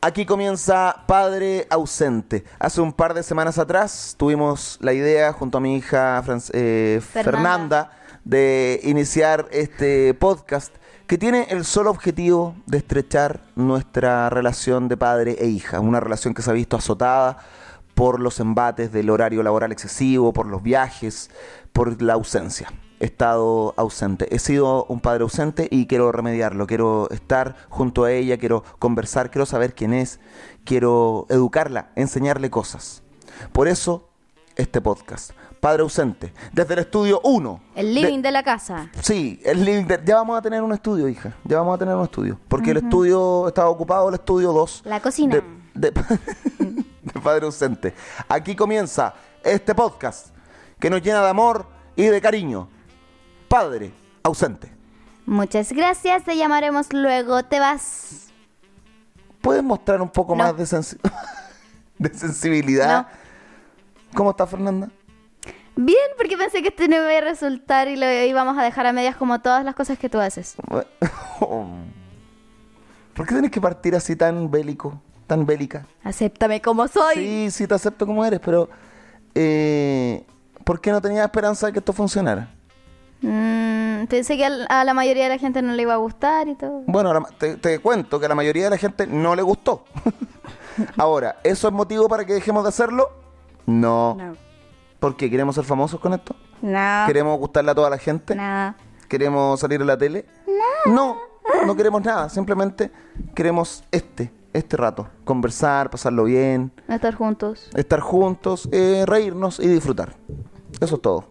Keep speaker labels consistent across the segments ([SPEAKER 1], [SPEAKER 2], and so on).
[SPEAKER 1] Aquí comienza Padre Ausente. Hace un par de semanas atrás tuvimos la idea junto a mi hija Fran- eh, Fernanda.
[SPEAKER 2] Fernanda.
[SPEAKER 1] de iniciar este podcast que tiene el solo objetivo de estrechar nuestra relación de padre e hija, una relación que se ha visto azotada por los embates del horario laboral excesivo, por los viajes, por la ausencia. He estado ausente, he sido un padre ausente y quiero remediarlo, quiero estar junto a ella, quiero conversar, quiero saber quién es, quiero educarla, enseñarle cosas. Por eso, este podcast, Padre Ausente, desde el estudio 1.
[SPEAKER 2] El living de, la casa.
[SPEAKER 1] Sí, el living de- ya vamos a tener un estudio, hija. Ya vamos a tener un estudio. Porque el estudio estaba ocupado, el estudio 2.
[SPEAKER 2] La cocina.
[SPEAKER 1] De, de- de Padre Ausente. Aquí comienza este podcast que nos llena de amor y de cariño. Padre Ausente.
[SPEAKER 2] Muchas gracias, te llamaremos luego, te vas.
[SPEAKER 1] ¿Puedes mostrar un poco
[SPEAKER 2] No.
[SPEAKER 1] más de, sensi- de sensibilidad? ¿Cómo está Fernanda?
[SPEAKER 2] Bien, porque pensé que este no iba a resultar y lo íbamos a dejar a medias como todas las cosas que tú haces.
[SPEAKER 1] Oh. ¿Por qué tienes que partir así tan bélico, tan bélica?
[SPEAKER 2] Acéptame como soy.
[SPEAKER 1] Sí, sí, te acepto como eres, pero eh, ¿por qué no tenías esperanza de que esto funcionara?
[SPEAKER 2] Mm, pensé que al- a la mayoría de la gente no le iba a gustar y todo.
[SPEAKER 1] Bueno, la ma- te, te cuento que a la mayoría de la gente no le gustó. Ahora, ¿eso es motivo para que dejemos de hacerlo? No. ¿Por qué? ¿Queremos ser famosos con esto?
[SPEAKER 2] No.
[SPEAKER 1] ¿Queremos gustarle a toda la gente?
[SPEAKER 2] Ah. No.
[SPEAKER 1] ¿Queremos salir en la tele? No. No, queremos nada. Simplemente queremos este, este rato. Conversar, pasarlo bien,
[SPEAKER 2] No estar juntos.
[SPEAKER 1] estar juntos, eh, reírnos y disfrutar. Eso es todo.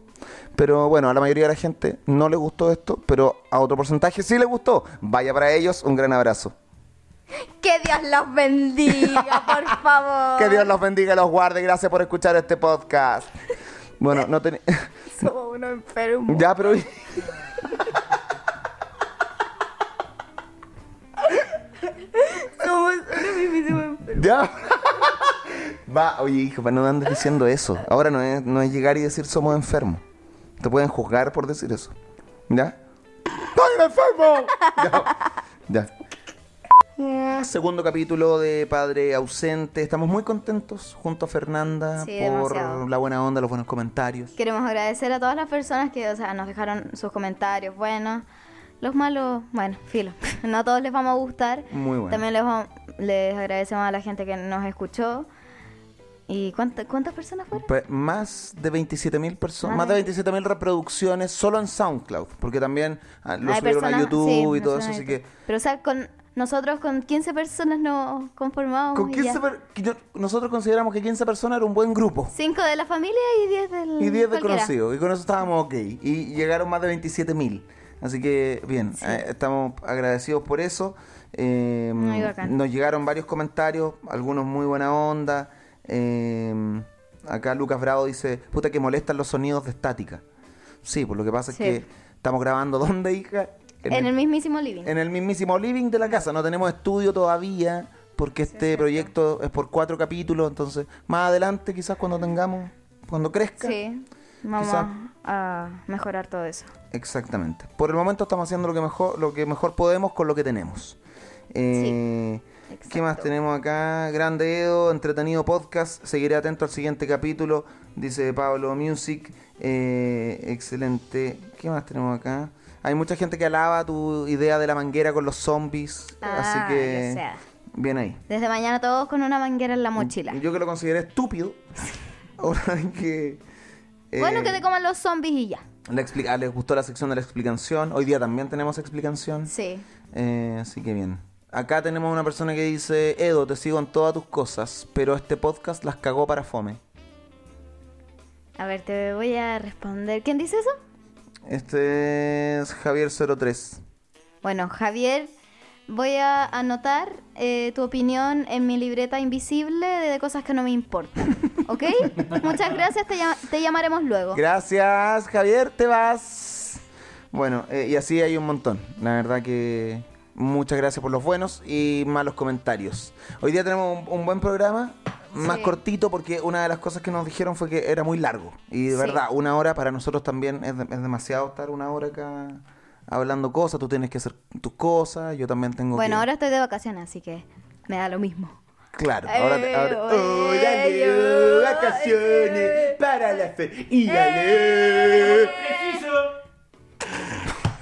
[SPEAKER 1] Pero bueno, a la mayoría de la gente no le gustó esto, pero a otro porcentaje sí le gustó. Vaya para ellos, un gran abrazo.
[SPEAKER 2] Que Dios los bendiga, por favor.
[SPEAKER 1] Que Dios los bendiga y los guarde. Gracias por escuchar este podcast. Bueno, no tenía...
[SPEAKER 2] Somos unos enfermos.
[SPEAKER 1] ya, pero...
[SPEAKER 2] Somos unos mismísimos enfermos.
[SPEAKER 1] Ya. Va, oye, hijo, pero no andes diciendo eso. Ahora no es, no es llegar y decir somos enfermos. Te pueden juzgar por decir eso. ¿Ya? ¡Soy un enfermo! ya. ya. Eh, Segundo capítulo de Padre Ausente. Estamos muy contentos junto a Fernanda
[SPEAKER 2] Sí,
[SPEAKER 1] por
[SPEAKER 2] demasiado.
[SPEAKER 1] la buena onda, los buenos comentarios.
[SPEAKER 2] Queremos agradecer a todas las personas que, o sea, nos dejaron sus comentarios buenos. Los malos, bueno, filo. No a todos les vamos a gustar.
[SPEAKER 1] Muy bueno.
[SPEAKER 2] También les, vam- les agradecemos a la gente que nos escuchó. ¿Y cuánta- cuántas personas fueron?
[SPEAKER 1] Pe- Más de 27.000 personas,
[SPEAKER 2] Más
[SPEAKER 1] más
[SPEAKER 2] de
[SPEAKER 1] de 27.000 reproducciones solo en SoundCloud, porque también ah, lo
[SPEAKER 2] Hay
[SPEAKER 1] subieron a
[SPEAKER 2] personas-
[SPEAKER 1] YouTube
[SPEAKER 2] sí,
[SPEAKER 1] y todo
[SPEAKER 2] personas
[SPEAKER 1] eso, así
[SPEAKER 2] de
[SPEAKER 1] que
[SPEAKER 2] YouTube. Pero, o sea, con nosotros con 15 personas nos conformamos.
[SPEAKER 1] Con 15 per- que yo- nosotros consideramos que 15 personas era un buen grupo.
[SPEAKER 2] 5 de la familia y 10 del.
[SPEAKER 1] Y 10
[SPEAKER 2] cualquiera.
[SPEAKER 1] desconocidos. Y con eso estábamos ok. Y llegaron más de 27 mil. Así que, bien, eh, estamos agradecidos por eso. Eh,
[SPEAKER 2] Muy bacán.
[SPEAKER 1] nos llegaron varios comentarios, algunos muy buena onda. Eh, acá Lucas Bravo dice, puta que molestan los sonidos de estática. Sí, pues lo que pasa
[SPEAKER 2] Sí.
[SPEAKER 1] es que estamos grabando, ¿dónde, hija?
[SPEAKER 2] En, el mismísimo living.
[SPEAKER 1] en el mismísimo living
[SPEAKER 2] Mm.
[SPEAKER 1] de la casa. No tenemos estudio todavía porque este proyecto es por cuatro capítulos. Entonces, más adelante, quizás cuando tengamos, cuando crezca.
[SPEAKER 2] Sí. Vamos
[SPEAKER 1] Quizá.
[SPEAKER 2] a mejorar todo eso.
[SPEAKER 1] Exactamente. Por el momento estamos haciendo lo que mejor, lo que mejor podemos con lo que tenemos. Eh,
[SPEAKER 2] exacto.
[SPEAKER 1] ¿Qué más tenemos acá? Grande Edo, entretenido podcast. Seguiré atento al siguiente capítulo, dice Pablo Music. Eh, excelente. ¿Qué más tenemos acá? Hay mucha gente que alaba tu idea de la manguera con los zombies.
[SPEAKER 2] Ah,
[SPEAKER 1] así que.
[SPEAKER 2] o sea.
[SPEAKER 1] Bien ahí.
[SPEAKER 2] Desde mañana todos con una manguera en la mochila.
[SPEAKER 1] Yo que lo consideré estúpido. Ahora que. eh,
[SPEAKER 2] bueno, que te coman los zombies y ya.
[SPEAKER 1] la expli- ah, les gustó la sección de la explicación. Hoy día también tenemos explicación.
[SPEAKER 2] Sí.
[SPEAKER 1] Eh, así que bien. Acá tenemos una persona que dice, Edo, te sigo en todas tus cosas, pero este podcast las cagó para fome.
[SPEAKER 2] A ver, te voy a responder. ¿Quién dice eso?
[SPEAKER 1] Este es Javier03.
[SPEAKER 2] Bueno, Javier, voy a anotar eh, tu opinión en mi libreta invisible de cosas que no me importan. ¿Ok? Muchas gracias, te, llama- te llamaremos luego.
[SPEAKER 1] Gracias, Javier, te vas. Bueno, eh, y así hay un montón. La verdad que muchas gracias por los buenos y malos comentarios. Hoy día tenemos un, un buen programa, más
[SPEAKER 2] Sí.
[SPEAKER 1] cortito, porque una de las cosas que nos dijeron fue que era muy largo. Y de
[SPEAKER 2] Sí.
[SPEAKER 1] verdad, una hora para nosotros también es, de- es demasiado estar una hora acá hablando cosas. Tú tienes que hacer tus cosas, yo también tengo que...
[SPEAKER 2] bueno, ahora estoy de vacaciones, así que me da lo mismo.
[SPEAKER 1] Claro, ahora,
[SPEAKER 2] Eh,
[SPEAKER 1] ahora. oh,
[SPEAKER 2] eh,
[SPEAKER 1] Ahora
[SPEAKER 2] eh,
[SPEAKER 1] yo,
[SPEAKER 2] eh,
[SPEAKER 1] vacaciones
[SPEAKER 2] eh,
[SPEAKER 1] para la feria.
[SPEAKER 3] Preciso.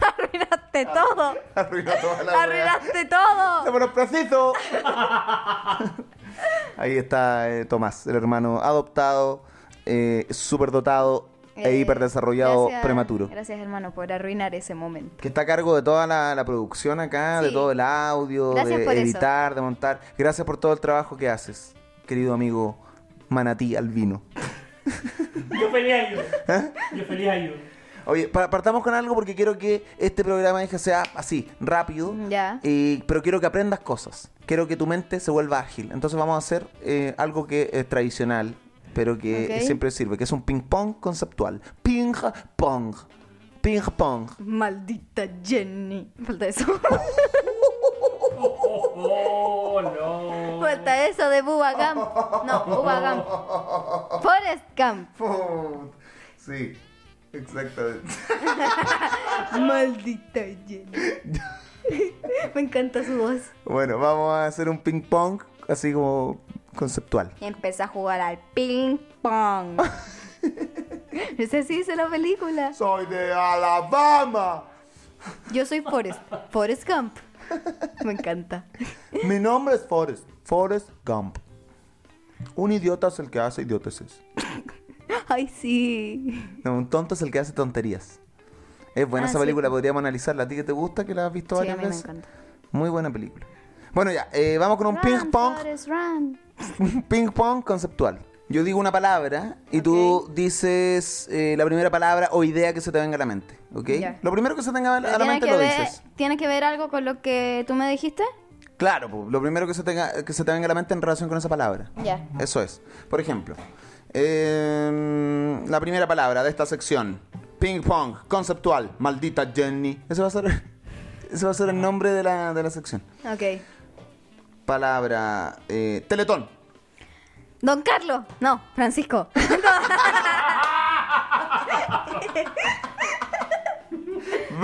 [SPEAKER 2] Arruinaste todo.
[SPEAKER 1] Arruinó toda la wea.
[SPEAKER 2] Arruinaste todo.
[SPEAKER 1] ¡Vámonos, proceso! Ahí está eh, Tomás, el hermano adoptado, eh, superdotado e
[SPEAKER 2] Eh,
[SPEAKER 1] hiperdesarrollado
[SPEAKER 2] gracias-
[SPEAKER 1] prematuro.
[SPEAKER 2] Gracias, hermano, por arruinar ese momento.
[SPEAKER 1] Que está a cargo de toda la, la producción acá, de
[SPEAKER 2] Sí.
[SPEAKER 1] todo el audio,
[SPEAKER 2] Gracias
[SPEAKER 1] de
[SPEAKER 2] por eso.
[SPEAKER 1] editar, de montar. Gracias por todo el trabajo que haces, querido amigo Manatí Albino.
[SPEAKER 3] Yo feliz ayudo.
[SPEAKER 1] ¿Eh?
[SPEAKER 3] Yo feliz ayudo.
[SPEAKER 1] Oye, pa- partamos con algo porque quiero que este programa hija, sea así, rápido.
[SPEAKER 2] Ya.
[SPEAKER 1] Y- pero quiero que aprendas cosas. Quiero que tu mente se vuelva ágil. Entonces vamos a hacer eh, algo que es tradicional, pero que
[SPEAKER 2] Ok.
[SPEAKER 1] siempre sirve, que es un ping-pong conceptual. Ping-pong. Ping-pong.
[SPEAKER 2] Maldita Jenny. Falta eso.
[SPEAKER 3] Oh, oh, oh, no.
[SPEAKER 2] Falta eso de Bubba Gump. No, Bubba Gump. Forrest Gump.
[SPEAKER 1] Sí, exactamente.
[SPEAKER 2] Maldita Jenny. Me encanta su voz.
[SPEAKER 1] Bueno, vamos a hacer un ping-pong así como conceptual.
[SPEAKER 2] Y empezó a jugar al ping pong. No sé si hice la película.
[SPEAKER 1] Soy de Alabama.
[SPEAKER 2] Yo soy Forrest. Forrest Gump. Me encanta.
[SPEAKER 1] Mi nombre es Forrest. Forrest Gump. Un idiota es el que hace idioteces.
[SPEAKER 2] Ay, sí.
[SPEAKER 1] No, un tonto es el que hace tonterías. Es buena
[SPEAKER 2] Ah,
[SPEAKER 1] esa
[SPEAKER 2] sí.
[SPEAKER 1] película, podríamos analizarla. ¿A ti que te gusta que la has visto
[SPEAKER 2] Sí,
[SPEAKER 1] varias
[SPEAKER 2] a mí me
[SPEAKER 1] veces?
[SPEAKER 2] encanta.
[SPEAKER 1] Muy buena película. Bueno, ya, eh, vamos con un
[SPEAKER 2] Run,
[SPEAKER 1] ping pong,
[SPEAKER 2] Forrest, run.
[SPEAKER 1] ping pong conceptual. Yo digo una palabra y tú dices eh, la primera palabra o idea que se te venga a la mente, ¿ok?
[SPEAKER 2] Ya.
[SPEAKER 1] Lo primero que se tenga a la, a la
[SPEAKER 2] Pero
[SPEAKER 1] mente
[SPEAKER 2] tiene que
[SPEAKER 1] lo
[SPEAKER 2] ver-
[SPEAKER 1] dices.
[SPEAKER 2] ¿Tiene que ver algo con lo que tú me dijiste?
[SPEAKER 1] Claro, po, lo primero que se tenga que se te venga a la mente en relación con esa palabra.
[SPEAKER 2] Ya.
[SPEAKER 1] Eso es. Por ejemplo, em, la primera palabra de esta sección, ping pong, conceptual, maldita Jenny. Ese va a ser, ese va a ser el nombre de la, de la sección.
[SPEAKER 2] Ok.
[SPEAKER 1] Palabra eh, teletón.
[SPEAKER 2] Don Carlos. No, Francisco.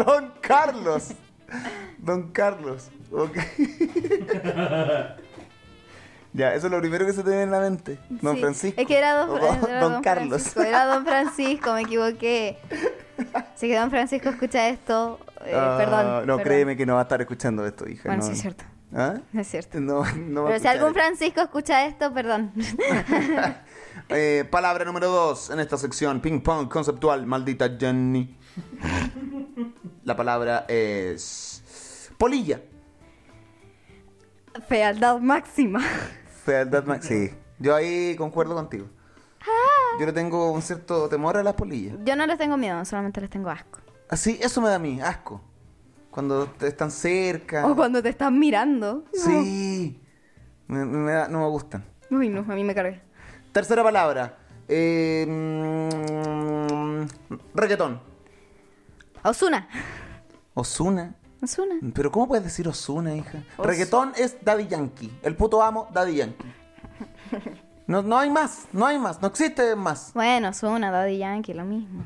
[SPEAKER 1] Don Carlos. Don Carlos. Ok. ya, eso es lo primero que se te viene en la mente. Don
[SPEAKER 2] Sí,
[SPEAKER 1] Francisco.
[SPEAKER 2] Es que era
[SPEAKER 1] O
[SPEAKER 2] don,
[SPEAKER 1] don-
[SPEAKER 2] era
[SPEAKER 1] don
[SPEAKER 2] don
[SPEAKER 1] Carlos.
[SPEAKER 2] Francisco, Era don Francisco, me equivoqué. Si que don Francisco escucha esto, eh,
[SPEAKER 1] Ah,
[SPEAKER 2] perdón.
[SPEAKER 1] No,
[SPEAKER 2] perdón.
[SPEAKER 1] créeme que no va a estar escuchando esto, hija.
[SPEAKER 2] Bueno,
[SPEAKER 1] no.
[SPEAKER 2] sí es cierto.
[SPEAKER 1] ¿Ah?
[SPEAKER 2] No es cierto.
[SPEAKER 1] No, no va a
[SPEAKER 2] Pero si
[SPEAKER 1] escuchar
[SPEAKER 2] algún
[SPEAKER 1] esto.
[SPEAKER 2] Francisco escucha esto, perdón.
[SPEAKER 1] Eh, palabra número dos en esta sección, ping pong conceptual, maldita Jenny. La palabra es polilla.
[SPEAKER 2] Fealdad máxima.
[SPEAKER 1] Fealdad ma- Sí, yo ahí concuerdo contigo.
[SPEAKER 2] Ah.
[SPEAKER 1] Yo le tengo un cierto temor a las polillas.
[SPEAKER 2] Yo no les tengo miedo, solamente les tengo asco.
[SPEAKER 1] Así, eso me da a mí, asco. Cuando te- están cerca.
[SPEAKER 2] O cuando te están mirando.
[SPEAKER 1] Sí, Me- me da- no me gustan.
[SPEAKER 2] Uy, no, a mí me cargué.
[SPEAKER 1] Tercera palabra. Eh, mm, reggaetón.
[SPEAKER 2] Osuna.
[SPEAKER 1] Osuna.
[SPEAKER 2] Osuna.
[SPEAKER 1] Pero ¿cómo puedes decir Osuna, hija?
[SPEAKER 2] Os-
[SPEAKER 1] Reggaetón es Daddy Yankee. El puto amo, Daddy Yankee. No, no hay más, no hay más, no existe más.
[SPEAKER 2] Bueno, Osuna, Daddy Yankee, lo mismo.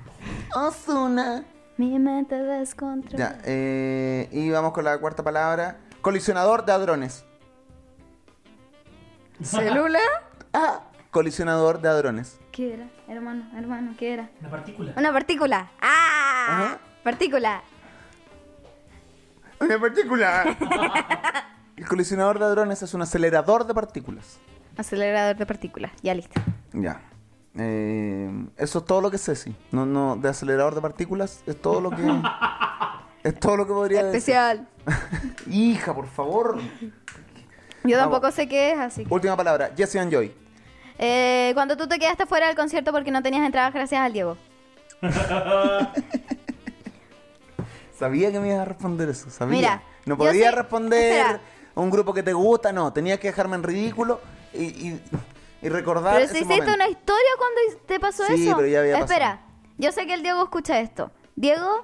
[SPEAKER 1] Osuna.
[SPEAKER 2] Mi mente descontrolada.
[SPEAKER 1] Ya, eh, y vamos con la cuarta palabra. Colisionador de hadrones.
[SPEAKER 2] ¿Célula?
[SPEAKER 1] Ah, colisionador de hadrones.
[SPEAKER 2] ¿Qué era? Hermano, hermano, ¿qué era?
[SPEAKER 3] Una partícula.
[SPEAKER 2] Una partícula. ¡Ah! Partícula.
[SPEAKER 1] Una partícula. El colisionador de hadrones es un acelerador de partículas.
[SPEAKER 2] Acelerador de partículas. Ya listo.
[SPEAKER 1] Ya. Eh, eso es todo lo que sé, sí. No, no, de acelerador de partículas es todo lo que. es todo lo que podría
[SPEAKER 2] Especial.
[SPEAKER 1] decir. Hija, por favor.
[SPEAKER 2] Yo
[SPEAKER 1] Vamos.
[SPEAKER 2] tampoco sé qué es, así que.
[SPEAKER 1] Última palabra, Jesse and Joy.
[SPEAKER 2] Eh, cuando tú te quedaste fuera del concierto porque no tenías entradas gracias al Diego.
[SPEAKER 1] Sabía que me ibas a responder eso, sabía.
[SPEAKER 2] Mira,
[SPEAKER 1] no
[SPEAKER 2] yo
[SPEAKER 1] podía
[SPEAKER 2] sí-
[SPEAKER 1] responder
[SPEAKER 2] espera.
[SPEAKER 1] un grupo que te gusta, no. Tenías que dejarme en ridículo y, y- y recordar.
[SPEAKER 2] Pero
[SPEAKER 1] ese
[SPEAKER 2] si hiciste
[SPEAKER 1] Ah, momento.
[SPEAKER 2] una historia cuando hi- te pasó
[SPEAKER 1] Sí,
[SPEAKER 2] eso.
[SPEAKER 1] pero ya había
[SPEAKER 2] Espera, yo sé que el Diego escucha esto. Diego,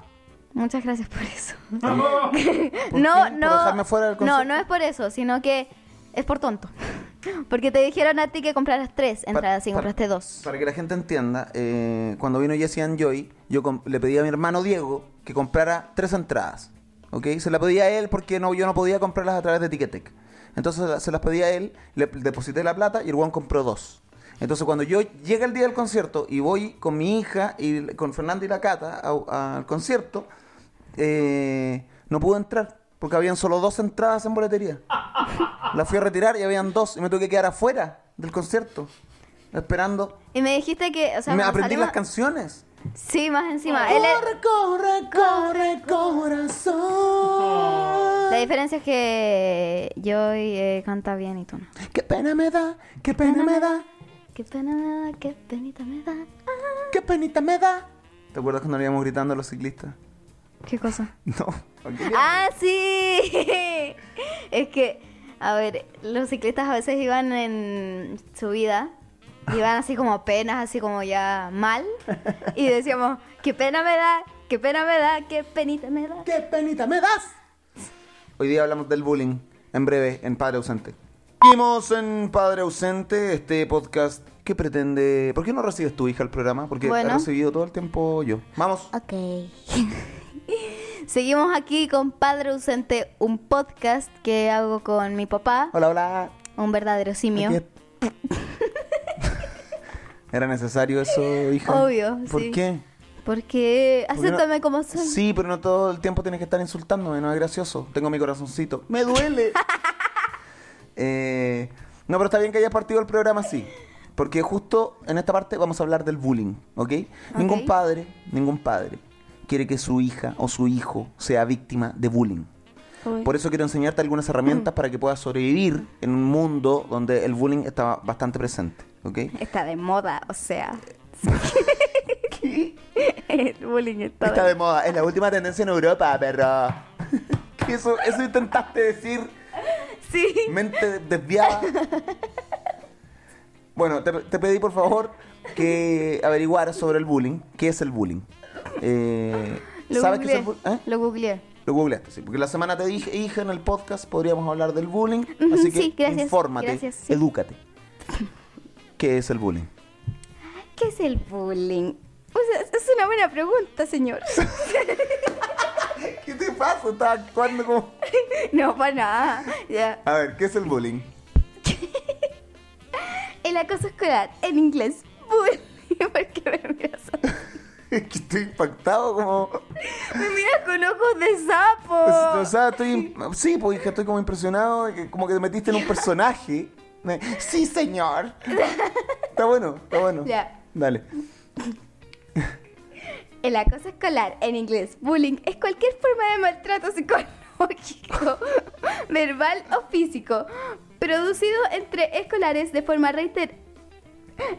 [SPEAKER 2] muchas gracias por eso.
[SPEAKER 3] No.
[SPEAKER 1] ¿Por
[SPEAKER 2] no,
[SPEAKER 1] qué? ¿Por
[SPEAKER 2] no.
[SPEAKER 1] dejarme fuera del
[SPEAKER 2] no,
[SPEAKER 1] concierto?
[SPEAKER 2] no es por eso, sino que es por tonto. Porque te dijeron a ti que compraras tres entradas y
[SPEAKER 1] Para- para-
[SPEAKER 2] compraste dos.
[SPEAKER 1] Para que la gente entienda, eh, cuando vino Jesse and Joy, yo com- le pedí a mi hermano Diego que comprara tres entradas. ¿Ok? Se la pedí a él porque no, yo no podía comprarlas a través de Ticketek. Entonces la- se las pedí a él, le deposité la plata y el guan compró dos. Entonces cuando yo llega el día del concierto y voy con mi hija y l- con Fernanda y la Cata a- al concierto, eh, no pude entrar porque habían solo dos entradas en boletería. La fui a retirar y habían dos y me tuve que quedar afuera del concierto esperando.
[SPEAKER 2] Y me dijiste que, o sea,
[SPEAKER 1] me
[SPEAKER 2] cuando
[SPEAKER 1] aprendí
[SPEAKER 2] salimos-
[SPEAKER 1] las canciones.
[SPEAKER 2] Sí, más encima. Él es-
[SPEAKER 1] corre, corre, corazón.
[SPEAKER 2] La diferencia es que yo canta bien y tú no.
[SPEAKER 1] Qué pena me da, qué pena me da,
[SPEAKER 2] Qué pena me da, qué penita me da.
[SPEAKER 1] qué penita me da. ¿Te acuerdas cuando le íbamos gritando a los ciclistas?
[SPEAKER 2] ¿Qué cosa?
[SPEAKER 1] No. ¿ok?
[SPEAKER 2] ¡Ah, sí! es que, a ver, los ciclistas a veces iban en subida, iban así como penas, así como ya mal, y decíamos, qué pena me da, qué pena me da, qué penita me da.
[SPEAKER 1] ¡Qué penita me das! Hoy día hablamos del bullying, en breve, en Padre Ausente. Seguimos en Padre Ausente, este podcast que pretende... ¿Por qué no recibes tu hija al programa? Porque
[SPEAKER 2] Bueno.
[SPEAKER 1] ha recibido todo el tiempo yo. Vamos.
[SPEAKER 2] Ok. Seguimos aquí con Padre Ausente, un podcast que hago con mi papá,
[SPEAKER 1] Hola, hola.
[SPEAKER 2] un verdadero simio.
[SPEAKER 1] Ah. Aquí- ¿Era necesario eso, hija?
[SPEAKER 2] Obvio,
[SPEAKER 1] ¿Por
[SPEAKER 2] sí.
[SPEAKER 1] qué?
[SPEAKER 2] Porque
[SPEAKER 1] ¿Por qué no-
[SPEAKER 2] acéptame como soy.
[SPEAKER 1] Sí, pero no todo el tiempo tienes que estar insultándome, no es gracioso. Tengo mi corazoncito. ¡Me duele! Eh, no, pero está bien que hayas partido el programa así. Porque justo en esta parte vamos a hablar del bullying, ¿ok? Ningún
[SPEAKER 2] Ok.
[SPEAKER 1] padre, ningún padre quiere que su hija o su hijo sea víctima de bullying.
[SPEAKER 2] Uy.
[SPEAKER 1] Por eso quiero enseñarte algunas herramientas para que puedas sobrevivir en un mundo donde el bullying está bastante presente, ¿ok?
[SPEAKER 2] Está de moda, o sea. El bullying está,
[SPEAKER 1] Está
[SPEAKER 2] de-
[SPEAKER 1] de moda, es la última tendencia en Europa, perro. Eso, eso intentaste decir,
[SPEAKER 2] Sí.
[SPEAKER 1] mente desviada. Bueno, te, te pedí por favor que averiguaras sobre el bullying. ¿Qué es el bullying? Eh,
[SPEAKER 2] Lo
[SPEAKER 1] ¿Sabes qué es
[SPEAKER 2] googleé.
[SPEAKER 1] el ¿eh? bullying?
[SPEAKER 2] Lo googleé.
[SPEAKER 1] Lo googleaste, sí. Porque la semana te dije, hija, en el podcast podríamos hablar del bullying.
[SPEAKER 2] Ujú,
[SPEAKER 1] Así que
[SPEAKER 2] sí, gracias,
[SPEAKER 1] infórmate,
[SPEAKER 2] gracias, sí.
[SPEAKER 1] edúcate. ¿Qué es el bullying?
[SPEAKER 2] ¿Qué es el bullying? O sea, es una buena pregunta, señor.
[SPEAKER 1] ¿Qué te pasa? Estás actuando como...
[SPEAKER 2] no, para nada. Ya.
[SPEAKER 1] A ver, ¿qué es el bullying?
[SPEAKER 2] El acoso escolar, en inglés, bullying. ¿Por qué me miras? así?
[SPEAKER 1] Es que estoy impactado como...
[SPEAKER 2] Me miras con ojos de sapo.
[SPEAKER 1] Pues, o sea, estoy. Sí, pues hija, estoy como impresionado. de que Como que te metiste en un personaje. Me- Sí, señor. Está bueno, está bueno.
[SPEAKER 2] Ya.
[SPEAKER 1] Dale.
[SPEAKER 2] El acoso escolar, en inglés bullying, es cualquier forma de maltrato psicológico, verbal o físico, producido entre escolares de forma reiter-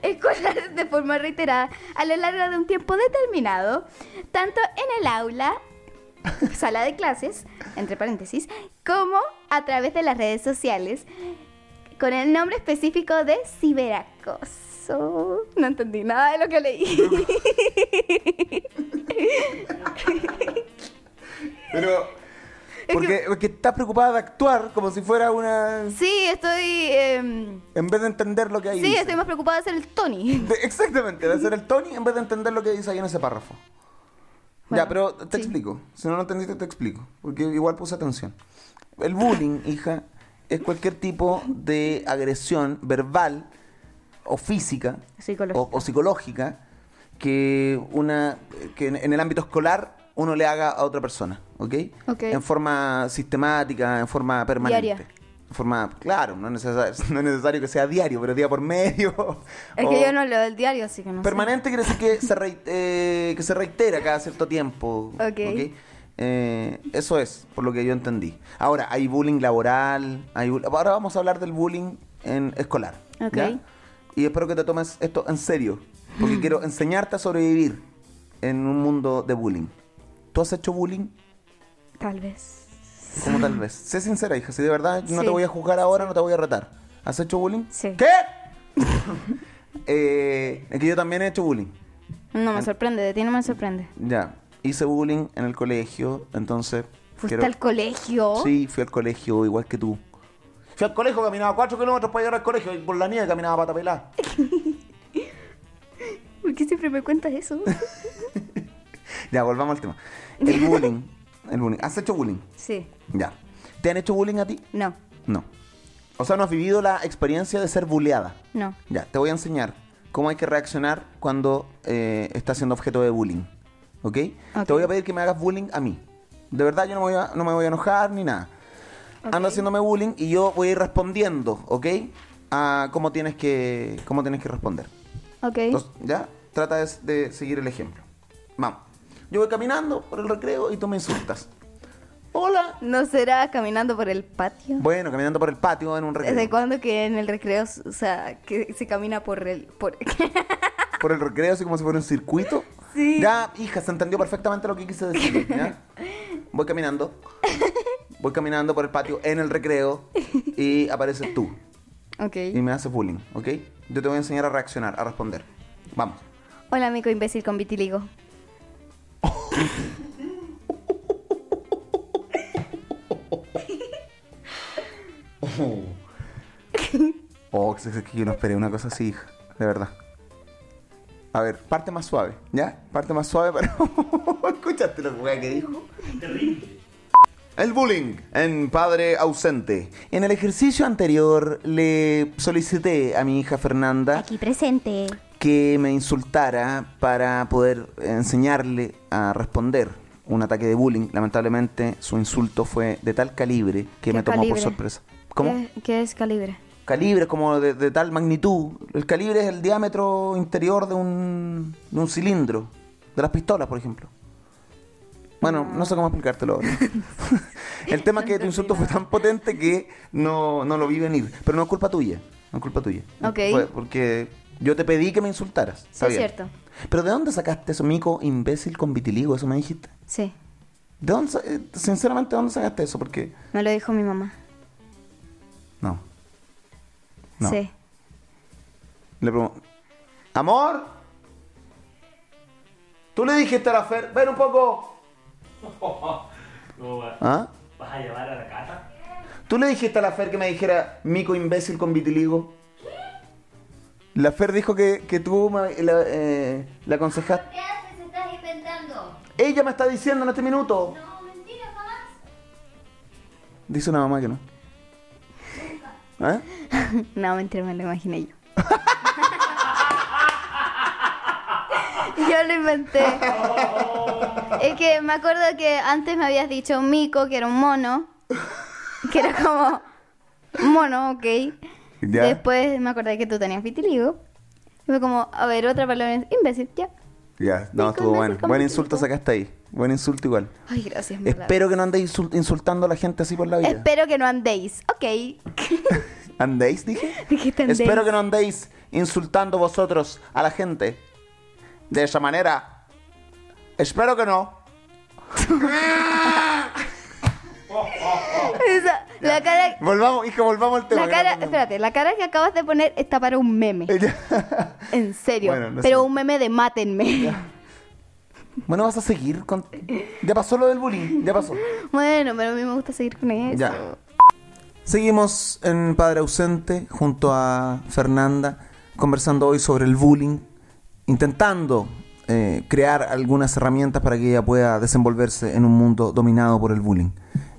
[SPEAKER 2] escolares de forma reiterada a lo largo de un tiempo determinado, tanto en el aula, sala de clases, entre paréntesis, como a través de las redes sociales, con el nombre específico de ciberacoso. No entendí nada de lo que leí.
[SPEAKER 1] Pero. Porque, porque estás preocupada de actuar como si fuera una.
[SPEAKER 2] Sí, estoy. em,
[SPEAKER 1] En vez de entender lo que hay.
[SPEAKER 2] sí, estoy más preocupada de ser el Tony.
[SPEAKER 1] exactamente, de hacer el Tony en vez de entender lo que dice ahí en ese párrafo. ya,
[SPEAKER 2] Bueno,
[SPEAKER 1] pero te
[SPEAKER 2] sí.
[SPEAKER 1] explico. Si no lo entendiste, te explico. Porque igual puse atención. El bullying, hija, es cualquier tipo de agresión verbal o física
[SPEAKER 2] Psicológica.
[SPEAKER 1] o, o psicológica que una que en, en el ámbito escolar uno le haga a otra persona, ¿ok?
[SPEAKER 2] Ok.
[SPEAKER 1] En forma sistemática, en forma permanente.
[SPEAKER 2] Diaria.
[SPEAKER 1] En forma, claro, no, es necesar- no es necesario que sea diario, pero día por medio.
[SPEAKER 2] Es
[SPEAKER 1] o-
[SPEAKER 2] que yo no leo el diario, así que no sé.
[SPEAKER 1] Permanente quiere decir que se, rei- eh, que se reitera cada cierto tiempo.
[SPEAKER 2] Ok.
[SPEAKER 1] ¿ok? Eh, eso es, por lo que yo entendí. Ahora, hay bullying laboral. Hay bu- Ahora vamos a hablar del bullying en escolar.
[SPEAKER 2] Ok.
[SPEAKER 1] ¿ya? Y espero que te tomes esto en serio. Porque quiero enseñarte a sobrevivir en un mundo de bullying. ¿Tú has hecho bullying?
[SPEAKER 2] Tal vez.
[SPEAKER 1] Como tal vez. Sé sincera, hija. Si de verdad no
[SPEAKER 2] Sí.
[SPEAKER 1] te voy a juzgar ahora, no te voy a retar. ¿Has hecho bullying?
[SPEAKER 2] Sí.
[SPEAKER 1] ¿Qué? Eh, es que yo también he hecho bullying.
[SPEAKER 2] No me sorprende, de ti no me sorprende.
[SPEAKER 1] Ya, hice bullying en el colegio, entonces...
[SPEAKER 2] ¿Fuiste
[SPEAKER 1] quiero-
[SPEAKER 2] al colegio?
[SPEAKER 1] Sí, fui al colegio igual que tú. Fui al colegio, caminaba cuatro kilómetros para llegar al colegio y por la nieve caminaba pata pelada.
[SPEAKER 2] ¿Por qué siempre me cuentas eso?
[SPEAKER 1] Ya, volvamos al tema. El bullying. El bullying. ¿Has hecho bullying?
[SPEAKER 2] sí.
[SPEAKER 1] Ya. ¿Te han hecho bullying a ti?
[SPEAKER 2] No.
[SPEAKER 1] No. O sea, no has vivido la experiencia de ser buleada.
[SPEAKER 2] No.
[SPEAKER 1] Ya, te voy a enseñar cómo hay que reaccionar cuando eh, estás siendo objeto de bullying. ¿Ok?
[SPEAKER 2] Ok.
[SPEAKER 1] Te voy a pedir que me hagas bullying a mí. De verdad, yo no me voy a, no me voy a enojar ni nada. Anda haciéndome bullying y yo voy a ir respondiendo, ¿ok? A cómo tienes que, cómo tienes que responder.
[SPEAKER 2] Ok.
[SPEAKER 1] Entonces, ya, trata de, de seguir el ejemplo. Vamos. Yo voy caminando por el recreo y tú me insultas. Hola.
[SPEAKER 2] ¿No será caminando por el patio?
[SPEAKER 1] Bueno, caminando por el patio en un
[SPEAKER 2] ¿Desde
[SPEAKER 1] recreo.
[SPEAKER 2] cuándo que en el recreo, o sea, que se camina por el... Por...
[SPEAKER 1] Por el recreo, así como si fuera un circuito.
[SPEAKER 2] Sí.
[SPEAKER 1] Ya, hija, se entendió perfectamente lo que quise decir. ¿ya? Voy caminando. Voy caminando por el patio en el recreo y apareces tú
[SPEAKER 2] ok.
[SPEAKER 1] y me haces bullying, ¿ok? Yo te voy a enseñar a reaccionar, a responder. Vamos.
[SPEAKER 2] Hola, amigo imbécil con vitiligo.
[SPEAKER 1] Oh, es es que yo no esperé una cosa así, hija, de verdad. A ver, parte más suave, ¿ya? Parte más suave, pero... ¿Escuchaste lo que que dijo?
[SPEAKER 3] Terrible.
[SPEAKER 1] El bullying en padre ausente. En el ejercicio anterior le solicité a mi hija Fernanda
[SPEAKER 2] Aquí presente.
[SPEAKER 1] que me insultara para poder enseñarle a responder un ataque de bullying. Lamentablemente su insulto fue de tal calibre que
[SPEAKER 2] ¿Qué
[SPEAKER 1] me tomó por
[SPEAKER 2] calibre? Eh,
[SPEAKER 1] sorpresa. ¿Cómo?
[SPEAKER 2] ¿Qué, qué es calibre?
[SPEAKER 1] calibre como de, de tal magnitud. El calibre es el diámetro interior de un, de un cilindro, de las pistolas, por ejemplo. Bueno, no sé cómo explicártelo. ahora. el tema es que tu insulto fue tan potente que no, no lo vi venir. Pero no es culpa tuya, no es culpa tuya.
[SPEAKER 2] Ok.
[SPEAKER 1] Fue porque yo te pedí que me insultaras. Está
[SPEAKER 2] Sí, es
[SPEAKER 1] bien.
[SPEAKER 2] cierto.
[SPEAKER 1] Pero ¿de dónde sacaste eso, mico imbécil con vitiligo? Eso me dijiste.
[SPEAKER 2] Sí,
[SPEAKER 1] ¿De dónde, sa- eh, sinceramente, ¿de dónde sacaste eso? Porque...
[SPEAKER 2] me lo dijo mi mamá.
[SPEAKER 1] No. No.
[SPEAKER 2] Sí.
[SPEAKER 1] Le pregunto, amor, tú le dijiste a la Fer, ven un poco.
[SPEAKER 3] No, va-
[SPEAKER 1] ¿Ah?
[SPEAKER 3] ¿Vas a llevar a la cata?
[SPEAKER 1] ¿Tú le dijiste a la Fer que me dijera mico imbécil con vitiligo? La Fer dijo que, que tú me- la, eh, la aconsejaste.
[SPEAKER 4] ¿Qué haces? Estás inventando.
[SPEAKER 1] Ella me está diciendo en este minuto.
[SPEAKER 4] No, mentira, jamás.
[SPEAKER 1] Dice una mamá que no. ¿Eh?
[SPEAKER 2] No, mentira, me lo imaginé yo. yo lo inventé. es que me acuerdo que antes me habías dicho un mico, que era un mono. Que era como mono, ok.
[SPEAKER 1] Ya.
[SPEAKER 2] Después me acordé que tú tenías vitiligo. Y Fue como, a ver, otra palabra, imbécil, ya.
[SPEAKER 1] Ya,
[SPEAKER 2] Mico
[SPEAKER 1] no, estuvo
[SPEAKER 2] imbécil
[SPEAKER 1] bueno.
[SPEAKER 2] con
[SPEAKER 1] Buen
[SPEAKER 2] vitiligo.
[SPEAKER 1] insulto sacaste ahí. Buen insulto igual.
[SPEAKER 2] Ay, gracias, me la-
[SPEAKER 1] Espero que no andéis insul- insultando a la gente así por la vida.
[SPEAKER 2] Espero que no andéis, ok.
[SPEAKER 1] ¿Andéis, dije?
[SPEAKER 2] Dijiste andéis.
[SPEAKER 1] Espero que no andéis insultando vosotros a la gente de esa manera. Espero que no.
[SPEAKER 2] Esa- la cara,
[SPEAKER 1] Volvamos, hijo, volvamos al tema.
[SPEAKER 2] la
[SPEAKER 1] que
[SPEAKER 2] cara,
[SPEAKER 1] no-
[SPEAKER 2] espérate, la cara que acabas de poner está para un meme.
[SPEAKER 1] Ella-
[SPEAKER 2] En serio.
[SPEAKER 1] Bueno, no
[SPEAKER 2] pero
[SPEAKER 1] sé.
[SPEAKER 2] un meme de mátenme.
[SPEAKER 1] bueno, vas a seguir con... Ya pasó lo del bullying, ya pasó.
[SPEAKER 2] bueno, pero a mí me gusta seguir con eso.
[SPEAKER 1] Ya. Seguimos en Padre Ausente junto a Fernanda conversando hoy sobre el bullying, intentando eh, crear algunas herramientas para que ella pueda desenvolverse en un mundo dominado por el bullying.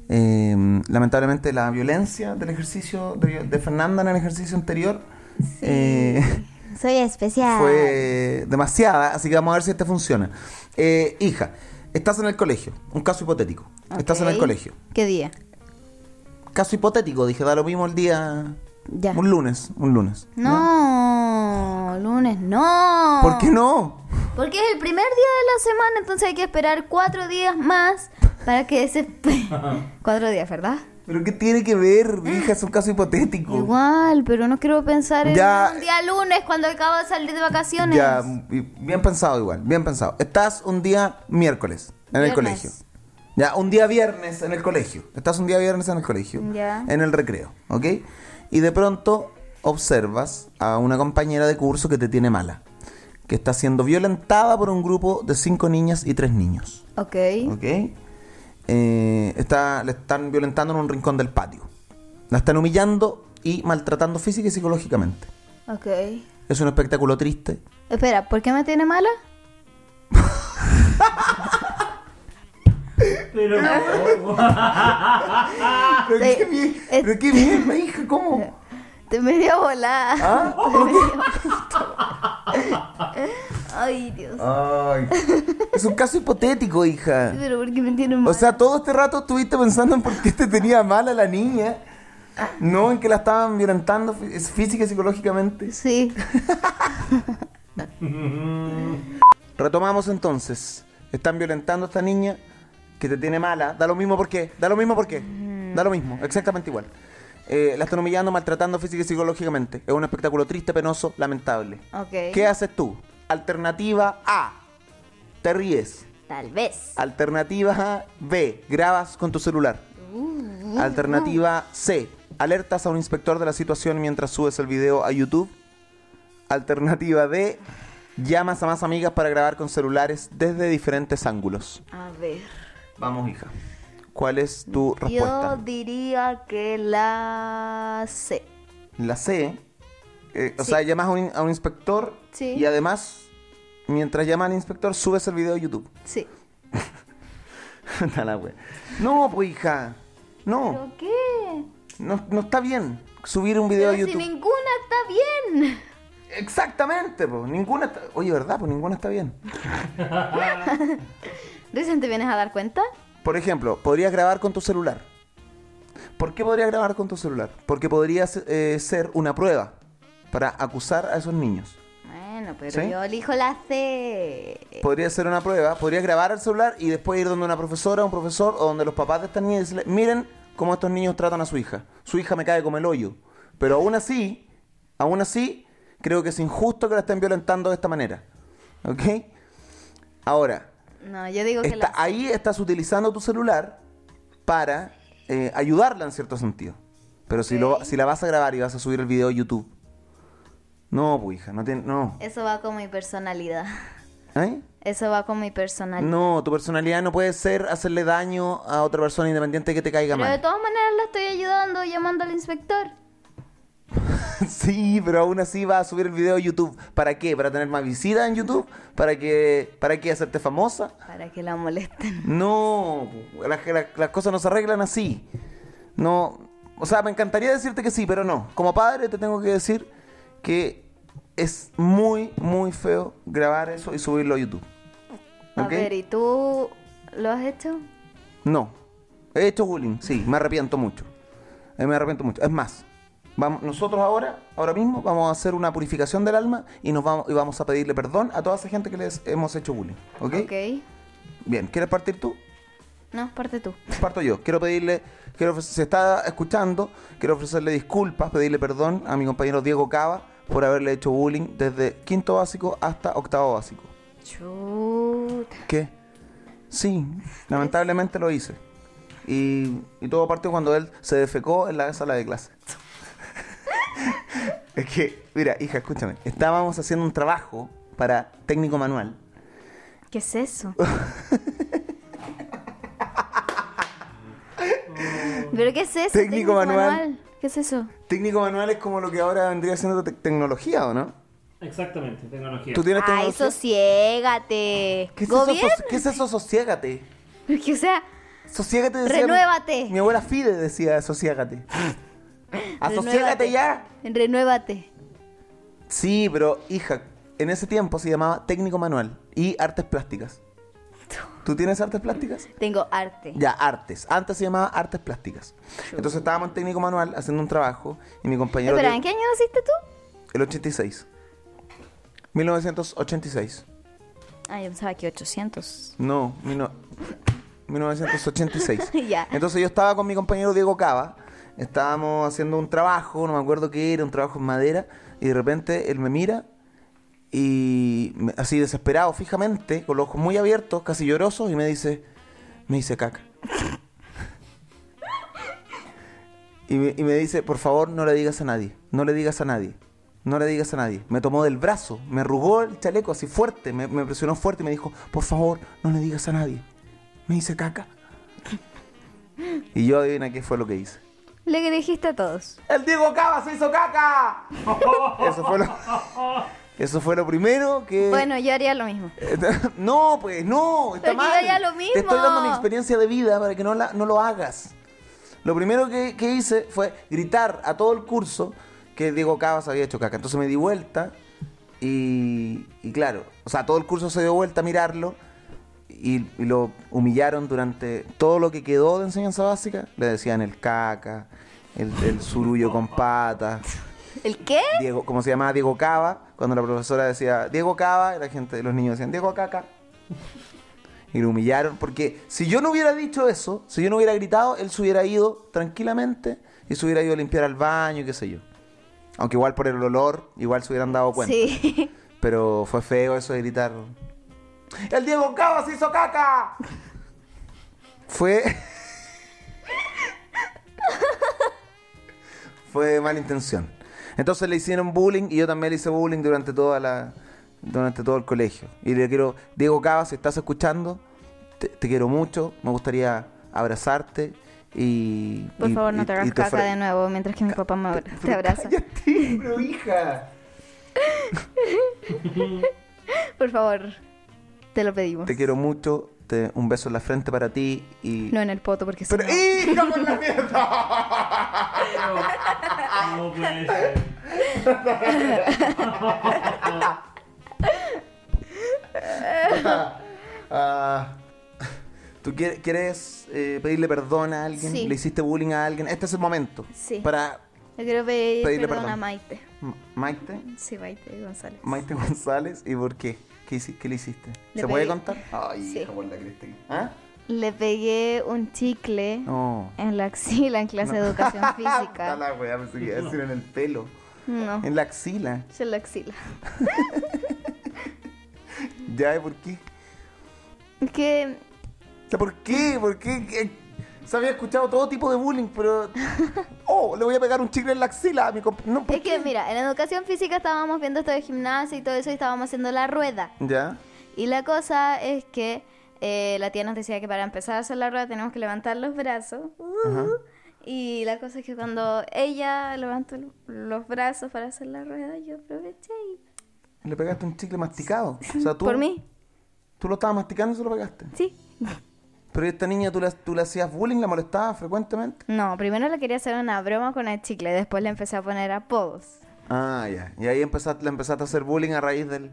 [SPEAKER 1] Eh, lamentablemente la violencia del ejercicio de, de Fernanda en el ejercicio anterior eh,
[SPEAKER 4] Soy especial.
[SPEAKER 1] fue demasiada, así que vamos a ver si este funciona. Eh, hija, estás en el colegio, un caso hipotético. Estás en el
[SPEAKER 2] Ok.
[SPEAKER 1] colegio
[SPEAKER 2] ¿Qué día?
[SPEAKER 1] caso hipotético, dije, da lo mismo el día.
[SPEAKER 2] Ya.
[SPEAKER 1] Un lunes, un lunes.
[SPEAKER 4] No, lunes no.
[SPEAKER 1] ¿Por qué no?
[SPEAKER 4] Porque es el primer día de la semana, entonces hay que esperar cuatro días más para que se...
[SPEAKER 2] Cuatro días, ¿verdad?
[SPEAKER 1] ¿Pero qué tiene que ver, hija? Es un caso hipotético.
[SPEAKER 4] Igual, pero no quiero pensar en
[SPEAKER 1] Oh. Ya.
[SPEAKER 4] un día lunes cuando acabo de salir de vacaciones.
[SPEAKER 1] Ya, y- bien pensado igual, bien pensado. Estás un día miércoles en el
[SPEAKER 4] Viernes.
[SPEAKER 1] colegio. Ya, un día viernes en el colegio. Estás un día viernes en el colegio.
[SPEAKER 4] Ya.
[SPEAKER 1] En el recreo, ¿ok? Y de pronto observas a una compañera de curso que te tiene mala. Que está siendo violentada por un grupo de cinco niñas y tres niños.
[SPEAKER 2] Ok.
[SPEAKER 1] ¿Ok? Eh, está, le están violentando en un rincón del patio. La están humillando y maltratando física y psicológicamente.
[SPEAKER 2] Ok.
[SPEAKER 1] Es un espectáculo triste.
[SPEAKER 2] Espera, ¿por qué me tiene mala?
[SPEAKER 3] pero.
[SPEAKER 1] Pero
[SPEAKER 2] Sí.
[SPEAKER 1] qué bien,
[SPEAKER 2] Es-
[SPEAKER 1] pero qué bien, mi hija, ¿cómo?
[SPEAKER 2] Te me dio volada.
[SPEAKER 1] ¿Ah?
[SPEAKER 2] Te me dio- Ay, Dios.
[SPEAKER 1] Ay, es un caso hipotético, hija.
[SPEAKER 2] Pero porque me tienen mal.
[SPEAKER 1] O sea, todo este rato estuviste pensando en por qué te tenía mal a la niña.
[SPEAKER 2] Ah.
[SPEAKER 1] No en que la estaban violentando fí- es física y psicológicamente.
[SPEAKER 2] Sí.
[SPEAKER 1] Retomamos entonces. Están violentando a esta niña que te tiene mala. Da lo mismo por qué. Da lo mismo por qué. Da lo mismo. Exactamente igual. Eh, la están humillando, maltratando física y psicológicamente. Es un espectáculo triste, penoso, lamentable.
[SPEAKER 2] Ok.
[SPEAKER 1] ¿Qué haces tú? Alternativa A. Te ríes.
[SPEAKER 2] Tal vez.
[SPEAKER 1] Alternativa B, grabas con tu celular.
[SPEAKER 2] Uh,
[SPEAKER 1] Alternativa C, alertas a un inspector de la situación mientras subes el video a YouTube. Alternativa D, llamas a más amigas para grabar con celulares desde diferentes ángulos.
[SPEAKER 2] A ver.
[SPEAKER 1] Vamos, hija. ¿Cuál es tu respuesta?
[SPEAKER 2] Yo diría que la C.
[SPEAKER 1] La C, eh, o
[SPEAKER 2] Sí.
[SPEAKER 1] sea, llamas a un, a un inspector
[SPEAKER 2] Sí.
[SPEAKER 1] y además, mientras llamas al inspector, subes el video a YouTube.
[SPEAKER 2] Sí.
[SPEAKER 1] Está la wea. No, pues, hija. No.
[SPEAKER 2] ¿Pero qué?
[SPEAKER 1] No, no está bien subir un video
[SPEAKER 2] Pero
[SPEAKER 1] a
[SPEAKER 2] si
[SPEAKER 1] YouTube.
[SPEAKER 2] ninguna está bien.
[SPEAKER 1] Exactamente, pues. Ninguna está... Oye, ¿verdad? Pues ninguna está bien.
[SPEAKER 2] Recién te vienes a dar cuenta.
[SPEAKER 1] Por ejemplo, podrías grabar con tu celular. ¿Por qué podrías grabar con tu celular? Porque podría eh, ser una prueba para acusar a esos niños.
[SPEAKER 2] Bueno, pero
[SPEAKER 1] ¿Sí?
[SPEAKER 2] yo elijo la C.
[SPEAKER 1] Podría ser una prueba, podrías grabar el celular y después ir donde una profesora, un profesor o donde los papás de estas niñas y decirle, miren cómo estos niños tratan a su hija. Su hija me cae como el hoyo. Pero aún así, aún así, creo que es injusto que la estén violentando de esta manera. ¿Ok? Ahora,
[SPEAKER 2] No, yo digo que
[SPEAKER 1] está-
[SPEAKER 2] la C.
[SPEAKER 1] ahí estás utilizando tu celular para eh, ayudarla en cierto sentido. Pero si, lo, si la vas a grabar y vas a subir el video a YouTube. No, pues hija, no tiene... No.
[SPEAKER 2] Eso va con mi personalidad.
[SPEAKER 1] ¿Eh?
[SPEAKER 2] Eso va con mi personalidad.
[SPEAKER 1] No, tu personalidad no puede ser hacerle daño a otra persona independiente que te caiga
[SPEAKER 2] Pero de
[SPEAKER 1] mal.
[SPEAKER 2] todas maneras la estoy ayudando llamando al inspector.
[SPEAKER 1] sí, pero aún así vas a subir el video a YouTube. ¿Para qué? ¿Para tener más visitas en YouTube? ¿Para qué, para qué hacerte famosa?
[SPEAKER 2] Para que la molesten.
[SPEAKER 1] No, las, las- las cosas no se arreglan así. No, o sea, me encantaría decirte que sí, pero no. Como padre te tengo que decir que es muy, muy feo grabar eso y subirlo a YouTube.
[SPEAKER 2] A
[SPEAKER 1] ¿Ok?
[SPEAKER 2] ver, ¿y tú lo has hecho?
[SPEAKER 1] No. He hecho bullying, sí, me arrepiento mucho. Eh, Me arrepiento mucho. Es más, vamos, nosotros ahora, ahora mismo, vamos a hacer una purificación del alma y nos vamos, y vamos a pedirle perdón a toda esa gente que les hemos hecho bullying. ¿Ok?
[SPEAKER 2] Ok.
[SPEAKER 1] Bien, ¿quieres partir tú?
[SPEAKER 2] No, parte tú.
[SPEAKER 1] Parto yo. Quiero pedirle, quiero ofrecer- se está escuchando, quiero ofrecerle disculpas, pedirle perdón a mi compañero Diego Cava por haberle hecho bullying desde quinto básico hasta octavo básico.
[SPEAKER 2] Chuta.
[SPEAKER 1] ¿Qué? Sí, lamentablemente lo hice. Y, y todo partió cuando él se defecó en la sala de clase. es que, mira, hija, escúchame. Estábamos haciendo un trabajo para técnico manual.
[SPEAKER 2] ¿Qué es eso? ¿Pero qué es eso?
[SPEAKER 1] Técnico manual.
[SPEAKER 2] ¿Qué es eso?
[SPEAKER 1] Técnico manual es como lo que ahora vendría siendo te- tecnología, ¿o no?
[SPEAKER 3] Exactamente, tecnología.
[SPEAKER 1] ¿Tú tienes
[SPEAKER 2] Ay,
[SPEAKER 1] tecnología?
[SPEAKER 2] sosiégate.
[SPEAKER 1] ¿Qué es, eso,
[SPEAKER 2] Ah, ¿Gobierno?
[SPEAKER 1] soci- ¿Qué es eso? Sosiégate.
[SPEAKER 2] Porque, o sea,
[SPEAKER 1] Sosiégate decía. mi-
[SPEAKER 2] Renuévate.
[SPEAKER 1] Mi abuela Fide decía sosiégate. ¡Asosiégate
[SPEAKER 2] renuévate.
[SPEAKER 1] ya!
[SPEAKER 2] Renuévate.
[SPEAKER 1] Sí, pero hija, en ese tiempo se llamaba técnico manual y artes plásticas. ¿Tú tienes artes plásticas?
[SPEAKER 2] Tengo arte.
[SPEAKER 1] Ya, artes. Antes se llamaba artes plásticas. Entonces estábamos en técnico manual haciendo un trabajo y mi compañero...
[SPEAKER 2] Espera,
[SPEAKER 1] que-
[SPEAKER 2] ¿en qué año naciste tú?
[SPEAKER 1] El 86. 1986.
[SPEAKER 2] Ah, yo pensaba que 800.
[SPEAKER 1] No, mil- 1986.
[SPEAKER 2] Ya.
[SPEAKER 1] Entonces yo estaba con mi compañero Diego Cava, estábamos haciendo un trabajo, no me acuerdo qué era, un trabajo en madera, y de repente él me mira y me- así desesperado, fijamente, con los ojos muy abiertos, casi llorosos, y me dice, me dice caca. y, me, y me dice, por favor, no le digas a nadie, no le digas a nadie, no le digas a nadie. Me tomó del brazo, me arrugó el chaleco así fuerte, me, me presionó fuerte y me dijo, por favor, no le digas a nadie. Me dice caca. y yo adivina qué fue lo que hice.
[SPEAKER 2] Le dijiste a todos.
[SPEAKER 1] ¡El Diego Cava se hizo caca! Eso fue lo... Eso fue lo primero que...
[SPEAKER 2] Bueno, yo haría lo mismo.
[SPEAKER 1] no, pues no, está
[SPEAKER 2] Pero que yo
[SPEAKER 1] mal.
[SPEAKER 2] haría lo
[SPEAKER 1] Te estoy dando
[SPEAKER 2] mismo.
[SPEAKER 1] mi experiencia de vida para que no, la- no lo hagas. Lo primero que, que hice fue gritar a todo el curso que Diego Cabas había hecho caca. Entonces me di vuelta y, y claro, o sea, todo el curso se dio vuelta a mirarlo y, y lo humillaron durante todo lo que quedó de enseñanza básica. Le decían el caca, el, el surullo con patas.
[SPEAKER 2] ¿El qué?
[SPEAKER 1] Diego, como se llamaba Diego Cava, cuando la profesora decía Diego Cava, y la gente, los niños decían Diego Caca. Y lo humillaron, porque si yo no hubiera dicho eso, si yo no hubiera gritado, él se hubiera ido tranquilamente y se hubiera ido a limpiar al baño y qué sé yo. Aunque igual por el olor, igual se hubieran dado cuenta.
[SPEAKER 2] Sí.
[SPEAKER 1] Pero fue feo eso de gritar. ¡El Diego Cava se hizo caca! Fue. fue mala intención. Entonces le hicieron bullying y yo también le hice bullying durante toda la. durante todo el colegio. Y le quiero. Diego Cava, si estás escuchando, te, te quiero mucho. Me gustaría abrazarte. Y.
[SPEAKER 2] Por
[SPEAKER 1] y-
[SPEAKER 2] favor, no
[SPEAKER 1] y-
[SPEAKER 2] te
[SPEAKER 1] y
[SPEAKER 2] hagas caca
[SPEAKER 1] ofre-
[SPEAKER 2] de nuevo mientras que mi papá me abra- te
[SPEAKER 1] Pero
[SPEAKER 2] abraza.
[SPEAKER 1] cállate, pero hija.
[SPEAKER 2] Por favor, te lo pedimos.
[SPEAKER 1] Te quiero mucho. Te, un beso en la frente para ti y.
[SPEAKER 2] No en el poto porque si
[SPEAKER 1] Pero, ¡eh!
[SPEAKER 2] no-
[SPEAKER 1] ¡hija con la mierda!
[SPEAKER 3] No puede ser.
[SPEAKER 1] Ah, ¿Tú quieres, quieres, eh, pedirle perdón a alguien?
[SPEAKER 2] Sí.
[SPEAKER 1] ¿Le hiciste bullying a alguien? Este es el momento.
[SPEAKER 2] Sí.
[SPEAKER 1] Para
[SPEAKER 2] Yo quiero pedir
[SPEAKER 1] Pedirle
[SPEAKER 2] perdón, a
[SPEAKER 1] perdón.
[SPEAKER 2] Maite.
[SPEAKER 1] M- Maite,
[SPEAKER 2] Sí, Maite González.
[SPEAKER 1] Maite González, ¿y por qué? ¿Qué, hici- qué le hiciste?
[SPEAKER 2] Le
[SPEAKER 1] ¿Se puede
[SPEAKER 2] pedí-
[SPEAKER 1] contar? Ay,
[SPEAKER 2] Sí. hija,
[SPEAKER 1] por la cresta. ¿Ah?
[SPEAKER 2] Le pegué un chicle
[SPEAKER 1] No.
[SPEAKER 2] en la axila en clase de educación
[SPEAKER 1] Está
[SPEAKER 2] física.
[SPEAKER 1] la wea, pensé que iba a decir en el pelo.
[SPEAKER 2] No,
[SPEAKER 1] En la axila.
[SPEAKER 2] es en la axila.
[SPEAKER 1] ¿Ya? ¿y ¿Por qué?
[SPEAKER 2] Es que
[SPEAKER 1] O sea, ¿Por qué? ¿Por qué? ¿Qué? Se había escuchado todo tipo de bullying, pero. ¡Oh! Le voy a pegar un chicle en la axila a mi comp- No, ¿por
[SPEAKER 2] Es que mira, en educación física estábamos viendo esto de gimnasia y todo eso y estábamos haciendo la rueda.
[SPEAKER 1] ¿Ya?
[SPEAKER 2] Y la cosa es que eh, la tía nos decía que para empezar a hacer la rueda tenemos que levantar los brazos.
[SPEAKER 1] Ajá.
[SPEAKER 2] Y la cosa es que cuando ella levantó lo- los brazos para hacer la rueda, yo aproveché y...
[SPEAKER 1] Le pegaste un chicle masticado. O sea, tú,
[SPEAKER 2] ¿Por mí?
[SPEAKER 1] Tú lo estabas masticando y se lo pegaste.
[SPEAKER 2] Sí.
[SPEAKER 1] Pero esta niña, tú la- tú le hacías bullying, la molestabas frecuentemente.
[SPEAKER 2] No, primero le quería hacer una broma con el chicle, después le empecé a poner apodos.
[SPEAKER 1] Ah, ya. Y ahí empezaste, le empezaste a hacer bullying a raíz del,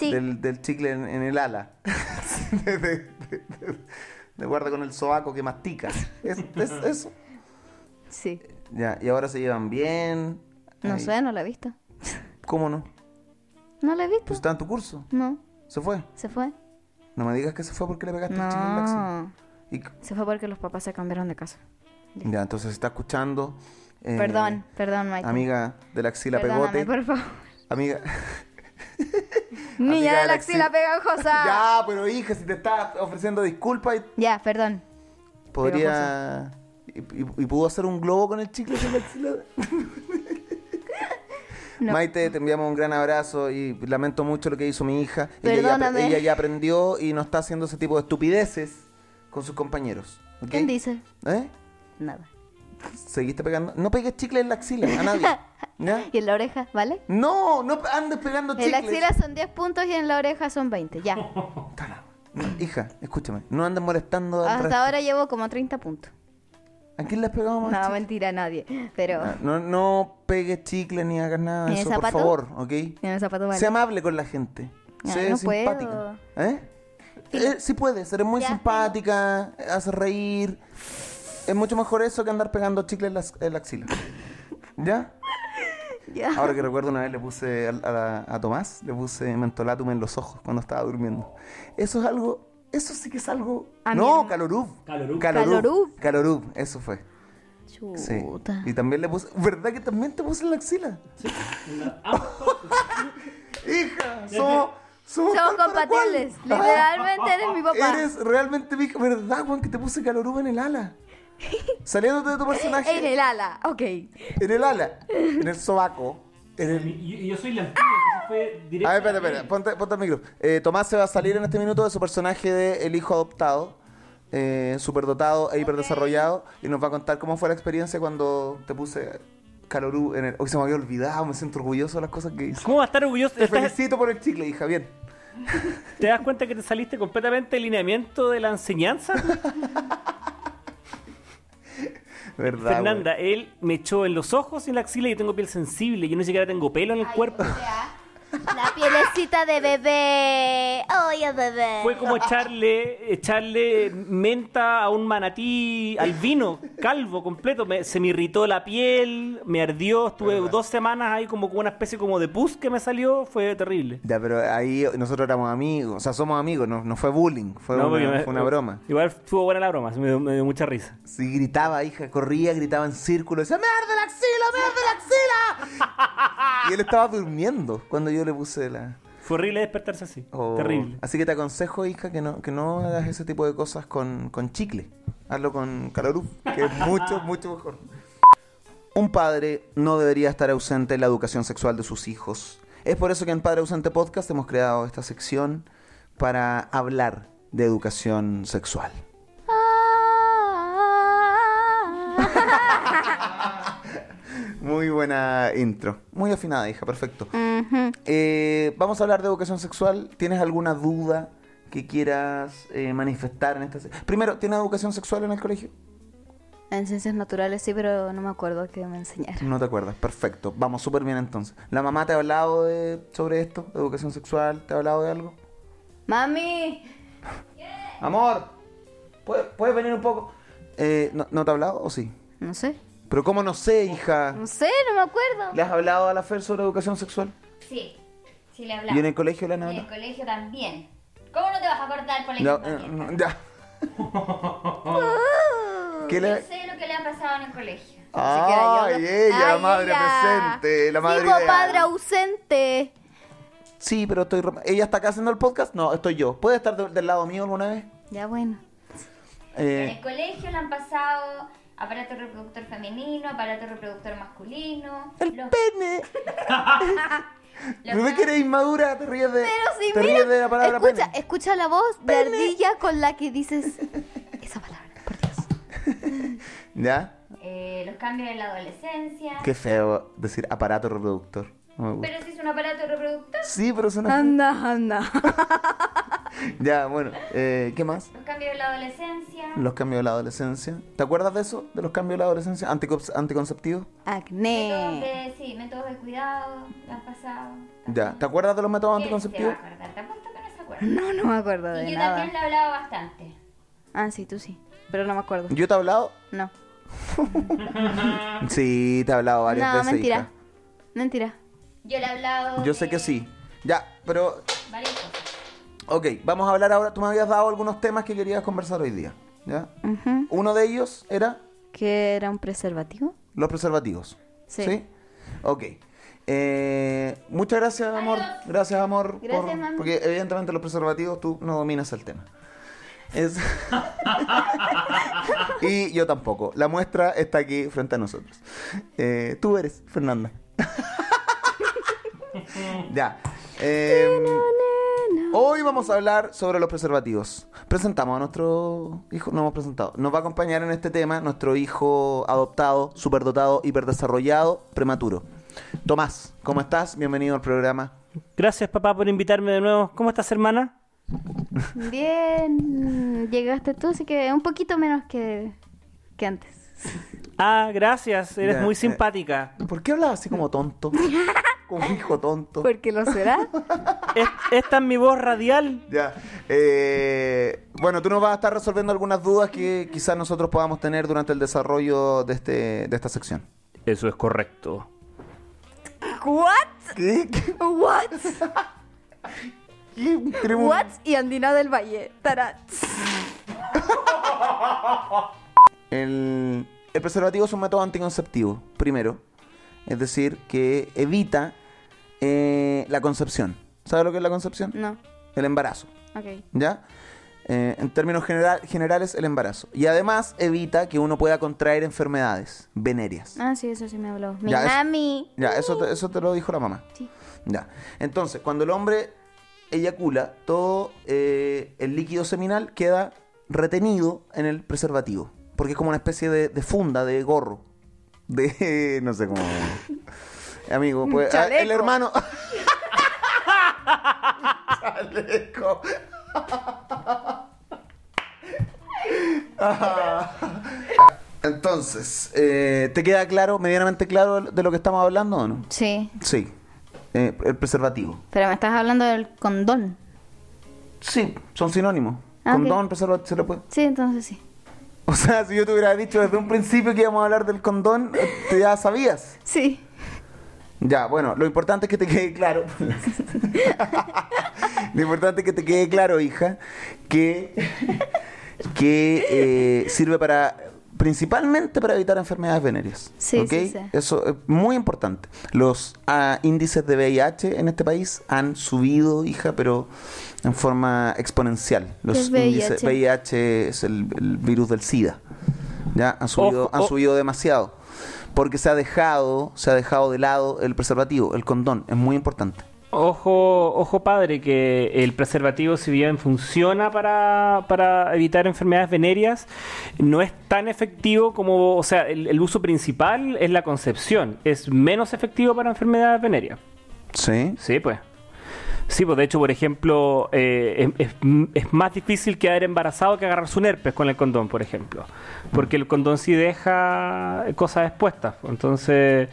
[SPEAKER 2] Sí.
[SPEAKER 1] del, del chicle en, en el ala. de, de- de- de- de guarda con el sobaco que mastica. Es, es eso.
[SPEAKER 2] Sí.
[SPEAKER 1] Ya, y ahora se llevan bien.
[SPEAKER 2] No
[SPEAKER 1] Ahí.
[SPEAKER 2] sé, no la he visto.
[SPEAKER 1] ¿Cómo no?
[SPEAKER 2] No la he visto.
[SPEAKER 1] Pues está en tu curso.
[SPEAKER 2] No,
[SPEAKER 1] Se fue.
[SPEAKER 2] se fue.
[SPEAKER 1] No me digas que se fue porque le pegaste el este chicle en la axila.
[SPEAKER 2] No.
[SPEAKER 1] Y-
[SPEAKER 2] Se fue porque los papás se cambiaron de casa.
[SPEAKER 1] Ya, entonces está escuchando. eh,
[SPEAKER 2] perdón, perdón, Maite.
[SPEAKER 1] Amiga de la axila
[SPEAKER 2] Perdóname,
[SPEAKER 1] pegote.
[SPEAKER 2] por favor.
[SPEAKER 1] Amiga.
[SPEAKER 2] Niña de
[SPEAKER 1] la
[SPEAKER 2] la axila
[SPEAKER 1] axila.
[SPEAKER 2] pegajosa. ya.
[SPEAKER 1] ya, pero hija, si te está ofreciendo disculpas, y
[SPEAKER 2] perdón.
[SPEAKER 1] podría. Y, y- y pudo hacer un globo con el chicle de la axila.
[SPEAKER 2] No.
[SPEAKER 1] Maite, te enviamos un gran abrazo y lamento mucho lo que hizo mi hija. Ella ya-
[SPEAKER 2] Perdóname.
[SPEAKER 1] Ella ya, aprendió y no está haciendo ese tipo de estupideces con sus compañeros. ¿ok?
[SPEAKER 2] ¿Quién dice?
[SPEAKER 1] ¿Eh?
[SPEAKER 2] Nada.
[SPEAKER 1] ¿Seguiste pegando? No pegues chicle en la axila a nadie. ¿Ya?
[SPEAKER 2] ¿Y en la oreja, vale?
[SPEAKER 1] No, no andes pegando chicle.
[SPEAKER 2] En la axila son 10 puntos y en la oreja son 20. Ya.
[SPEAKER 1] Tala. No, hija, escúchame. No andes molestando al resto.
[SPEAKER 2] Hasta ahora llevo como 30 puntos.
[SPEAKER 1] ¿A quién le has pegado más?
[SPEAKER 2] No,
[SPEAKER 1] chicle?
[SPEAKER 2] mentira, nadie. Pero.
[SPEAKER 1] No, no pegues chicle ni hagas nada de
[SPEAKER 2] ¿Ni de
[SPEAKER 1] eso,
[SPEAKER 2] zapato?
[SPEAKER 1] por favor, ¿ok?
[SPEAKER 2] En el zapato vale.
[SPEAKER 1] Sé amable con la gente.
[SPEAKER 2] Ay,
[SPEAKER 1] sé
[SPEAKER 2] no
[SPEAKER 1] simpática. ¿Eh?
[SPEAKER 2] Filo.
[SPEAKER 1] Eh, sí puedes, eres muy
[SPEAKER 2] Ya,
[SPEAKER 1] simpática, haces reír. Es mucho mejor eso que andar pegando chicle en la, en la axila. ¿Ya?
[SPEAKER 2] Ya.
[SPEAKER 1] Ahora que recuerdo una vez le puse al- a, la- a Tomás, le puse mentolatum en los ojos cuando estaba durmiendo. Eso es algo, eso sí que es algo...
[SPEAKER 2] A mi
[SPEAKER 1] no,
[SPEAKER 2] herma-
[SPEAKER 1] calorub.
[SPEAKER 3] Calorub.
[SPEAKER 1] Calorub.
[SPEAKER 2] Calorub.
[SPEAKER 1] Calorub, eso fue. Sí.
[SPEAKER 2] Chuta.
[SPEAKER 1] Y también le puse. ¿Verdad que también te puse en la axila?
[SPEAKER 3] En la- ah,
[SPEAKER 1] ¡Hija! Somos. Somos,
[SPEAKER 2] Somos
[SPEAKER 1] tal para cual.
[SPEAKER 2] compatibles.
[SPEAKER 1] Ah,
[SPEAKER 2] Literalmente eres mi papá.
[SPEAKER 1] Eres realmente mi hija. ¿Verdad, Juan, que te puse calorú en el ala? Saliéndote de tu personaje.
[SPEAKER 2] En el ala. Ok.
[SPEAKER 1] En el ala. En el sobaco. En el.
[SPEAKER 3] y- y yo soy la antigua, entonces fue directo.
[SPEAKER 1] A ver, espera, espera, ponte, ponte el micro. Eh, Tomás se va a salir en este minuto de su personaje de El Hijo Adoptado, eh, superdotado e hiperdesarrollado, y nos va a contar cómo fue la experiencia cuando te puse Calorú en el. Hoy se me había olvidado, me siento orgulloso de las cosas que hice.
[SPEAKER 3] ¿Cómo va a estar orgulloso?
[SPEAKER 1] Te
[SPEAKER 3] Estás-
[SPEAKER 1] felicito por el chicle, hija, bien.
[SPEAKER 3] ¿Te das cuenta que te saliste completamente del lineamiento de la enseñanza?
[SPEAKER 1] ¿Verdad?
[SPEAKER 3] Fernanda, él me echó en los ojos y en la axila y yo tengo piel sensible. Yo ni siquiera tengo pelo en el
[SPEAKER 2] Ay,
[SPEAKER 3] cuerpo.
[SPEAKER 2] o sea,
[SPEAKER 4] La pielecita de bebé. Oye, bebé.
[SPEAKER 3] Fue como echarle, echarle menta a un manatí al vino, calvo, completo. Me- se me irritó la piel, me ardió, estuve dos semanas ahí como con una especie como de pus que me salió, fue terrible.
[SPEAKER 1] Ya, pero ahí nosotros éramos amigos, o sea, somos amigos, no, no fue bullying, fue,
[SPEAKER 3] No, porque
[SPEAKER 1] una,
[SPEAKER 3] me-
[SPEAKER 1] fue una broma.
[SPEAKER 3] Igual estuvo buena la broma, me dio, me dio mucha risa.
[SPEAKER 1] Sí, gritaba, hija, corría, gritaba en círculo, decía, ¡Merde la axila, merde la axila! y él estaba durmiendo cuando yo le puse la...
[SPEAKER 3] Fue horrible despertarse así,
[SPEAKER 1] Oh.
[SPEAKER 3] terrible.
[SPEAKER 1] Así que te aconsejo, hija, que no, que no hagas ese tipo de cosas con, con chicle. Hazlo con calorú, que es mucho, mucho mejor. Un padre no debería estar ausente en la educación sexual de sus hijos. Es por eso que en Padre Ausente Podcast hemos creado esta sección para hablar de educación sexual. Muy buena intro. Muy afinada, hija, perfecto. Eh, vamos a hablar de educación sexual. ¿Tienes alguna duda que quieras eh, manifestar en esta... se- Primero, ¿tienes educación sexual en el colegio?
[SPEAKER 4] En ciencias naturales sí, pero no me acuerdo qué me enseñaron.
[SPEAKER 1] No te acuerdas, perfecto. Vamos súper bien entonces. ¿La mamá te ha hablado de, sobre esto? ¿Educación sexual? ¿Te ha hablado de algo?
[SPEAKER 4] ¡Mami!
[SPEAKER 1] Amor, ¿puedes, puedes venir un poco? Eh, ¿no, no te ha hablado o sí?
[SPEAKER 4] No sé.
[SPEAKER 1] Pero ¿cómo no sé, hija?
[SPEAKER 4] No sé, no me acuerdo.
[SPEAKER 1] ¿Le has hablado a la FER sobre educación sexual?
[SPEAKER 5] Sí, sí le hablaba.
[SPEAKER 1] ¿Y en el colegio le han
[SPEAKER 5] Y en el
[SPEAKER 1] hablado?
[SPEAKER 5] colegio también. ¿Cómo no te vas a acordar por la
[SPEAKER 1] Ya,
[SPEAKER 5] historia?
[SPEAKER 1] eh, ya. ¿Qué
[SPEAKER 5] Yo
[SPEAKER 1] eh, le,
[SPEAKER 5] sé lo que le ha pasado en el colegio.
[SPEAKER 1] Ay, ella, madre presente, la madre
[SPEAKER 4] Tipo
[SPEAKER 1] ideal.
[SPEAKER 4] padre ausente.
[SPEAKER 1] Sí, pero estoy... rem- ¿Ella está acá haciendo el podcast? No, estoy yo. ¿Puede estar de- del lado mío alguna vez?
[SPEAKER 4] Ya bueno.
[SPEAKER 5] En
[SPEAKER 1] Eh,
[SPEAKER 5] el colegio le han pasado aparato reproductor femenino, aparato reproductor masculino.
[SPEAKER 1] ¡El
[SPEAKER 5] los-
[SPEAKER 1] pene!
[SPEAKER 5] los-
[SPEAKER 1] ¿No me que eres inmadura? Te ríes de,
[SPEAKER 4] Pero si
[SPEAKER 1] te
[SPEAKER 4] mira,
[SPEAKER 1] ríes de la palabra
[SPEAKER 4] escucha,
[SPEAKER 2] eh.
[SPEAKER 1] pene.
[SPEAKER 4] escucha la voz de ardilla con la que dices esa palabra, por Dios.
[SPEAKER 1] ¿Ya?
[SPEAKER 5] eh, los cambios en la adolescencia.
[SPEAKER 1] Qué feo decir aparato reproductor. No me gusta.
[SPEAKER 5] Pero si es un aparato reproductor,
[SPEAKER 1] Sí, pero suena...
[SPEAKER 4] Anda, anda.
[SPEAKER 1] Ya, bueno. eh, ¿Qué más?
[SPEAKER 5] los cambios en la adolescencia.
[SPEAKER 1] Los cambios de la adolescencia. ¿Te acuerdas de eso? ¿De los cambios de la adolescencia? Anticops- ¿Anticonceptivos? Eh,
[SPEAKER 5] Métodos
[SPEAKER 4] Acné.
[SPEAKER 5] de, sí, métodos de cuidado, le han pasado.
[SPEAKER 1] Ya. ¿Te acuerdas de los métodos
[SPEAKER 5] ¿Quién se va a
[SPEAKER 1] anticonceptivos?
[SPEAKER 5] acordar? Te apuesto que no se acuerda.
[SPEAKER 4] No, no me acuerdo
[SPEAKER 5] Y
[SPEAKER 4] de
[SPEAKER 5] yo
[SPEAKER 4] nada.
[SPEAKER 5] también le hablaba bastante.
[SPEAKER 4] Ah, sí, tú sí, pero no me acuerdo.
[SPEAKER 1] ¿Yo te he hablado?
[SPEAKER 4] No.
[SPEAKER 1] Sí, te he hablado varias
[SPEAKER 4] no,
[SPEAKER 1] veces,
[SPEAKER 4] mentira.
[SPEAKER 1] hija.
[SPEAKER 4] Mentira.
[SPEAKER 5] Yo le he hablado.
[SPEAKER 1] Yo sé
[SPEAKER 5] de
[SPEAKER 1] que sí. Ya, pero...
[SPEAKER 5] Varias cosas.
[SPEAKER 1] Ok, vamos a hablar ahora. Tú me habías dado algunos temas que querías conversar hoy día. ¿Ya?
[SPEAKER 4] Ujú.
[SPEAKER 1] Uno de ellos era
[SPEAKER 4] ¿Que era un preservativo?
[SPEAKER 1] los preservativos.
[SPEAKER 4] Sí.
[SPEAKER 1] Ok. Eh, muchas gracias, amor. Gracias, amor.
[SPEAKER 4] Gracias, mami.
[SPEAKER 1] Porque evidentemente los preservativos tú no dominas el tema. Es- y yo tampoco. La muestra está aquí frente a nosotros. Eh, tú eres Fernanda. ya. Em, hoy vamos a hablar sobre los preservativos. Presentamos a nuestro hijo, no hemos presentado. Nos va a acompañar en este tema nuestro hijo adoptado, superdotado, hiperdesarrollado, prematuro. Tomás, ¿cómo estás? Bienvenido al programa.
[SPEAKER 3] Gracias papá por invitarme de nuevo. ¿Cómo estás hermana?
[SPEAKER 4] Bien, llegaste tú, así que un poquito menos que, que antes.
[SPEAKER 3] Ah, gracias, eres
[SPEAKER 1] Ya,
[SPEAKER 3] muy
[SPEAKER 1] eh.
[SPEAKER 3] simpática.
[SPEAKER 1] ¿Por qué hablas así como tonto? Como un hijo tonto.
[SPEAKER 4] Porque lo será.
[SPEAKER 3] Es- esta es mi voz radial.
[SPEAKER 1] Ya. eh, bueno, tú nos vas a estar resolviendo algunas dudas que quizás nosotros podamos tener durante el desarrollo de, este, de esta sección.
[SPEAKER 3] Eso es correcto.
[SPEAKER 4] ¿What?
[SPEAKER 1] ¿Qué? ¿Qué?
[SPEAKER 4] ¿What?
[SPEAKER 1] ¿Qué? Tenemos un-
[SPEAKER 4] ¿What? Y Andina del Valle. Tarat.
[SPEAKER 1] El, el preservativo es un método anticonceptivo, primero. Es decir, que evita eh, la concepción. ¿Sabes lo que es la concepción?
[SPEAKER 4] No.
[SPEAKER 1] El embarazo.
[SPEAKER 4] Ok.
[SPEAKER 1] ¿Ya? Eh, en términos general- generales, el embarazo. Y además evita que uno pueda contraer enfermedades venéreas.
[SPEAKER 4] Ah, sí, eso sí me habló. Mi
[SPEAKER 1] Ya, eso-
[SPEAKER 4] mami.
[SPEAKER 1] Ya, eso te, eso te lo dijo la mamá.
[SPEAKER 4] Sí.
[SPEAKER 1] Ya. Entonces, cuando el hombre eyacula, todo eh, el líquido seminal queda retenido en el preservativo. Porque es como una especie de, de funda, de gorro. de no sé cómo. Amigo, pues ah, el
[SPEAKER 2] chaleco.
[SPEAKER 1] hermano. chaleco. Ah. Entonces, eh, ¿te queda claro, medianamente claro de lo que estamos hablando o no?
[SPEAKER 4] Sí.
[SPEAKER 1] Sí. Eh, el preservativo.
[SPEAKER 4] Pero me estás hablando del condón.
[SPEAKER 1] Sí, son sinónimos.
[SPEAKER 4] Ah, ok.
[SPEAKER 1] Condón, preservativo, se le puede.
[SPEAKER 4] Sí, entonces sí.
[SPEAKER 1] O sea, si yo te hubiera dicho desde un principio que íbamos a hablar del condón, eh, tú ya sabías.
[SPEAKER 4] Sí.
[SPEAKER 1] Ya, bueno, lo importante es que te quede claro. lo importante es que te quede claro, hija, que, que eh, sirve para principalmente para evitar enfermedades venéreas.
[SPEAKER 4] Sí,
[SPEAKER 1] ¿ok?
[SPEAKER 4] sí, sí.
[SPEAKER 1] Eso es muy importante. Los ah, índices de VIH en este país han subido, hija, pero en forma exponencial. Los
[SPEAKER 4] ¿Qué es VIH?
[SPEAKER 1] índices VIH es el, el virus del SIDA. Ya han subido,
[SPEAKER 3] Ojo,
[SPEAKER 1] han
[SPEAKER 3] o-
[SPEAKER 1] subido demasiado. Porque se ha dejado, se ha dejado de lado el preservativo, el condón, es muy importante.
[SPEAKER 3] Ojo, ojo padre, que el preservativo, si bien funciona para, para evitar enfermedades venéreas, no es tan efectivo como, o sea, el, el uso principal es la concepción, es menos efectivo para enfermedades venéreas.
[SPEAKER 1] Sí.
[SPEAKER 3] Sí, pues. Sí, pues de hecho, por ejemplo, eh, es, es- es más difícil quedar embarazado que agarrarse un herpes con el condón, por ejemplo. Porque el condón sí deja cosas expuestas. Entonces,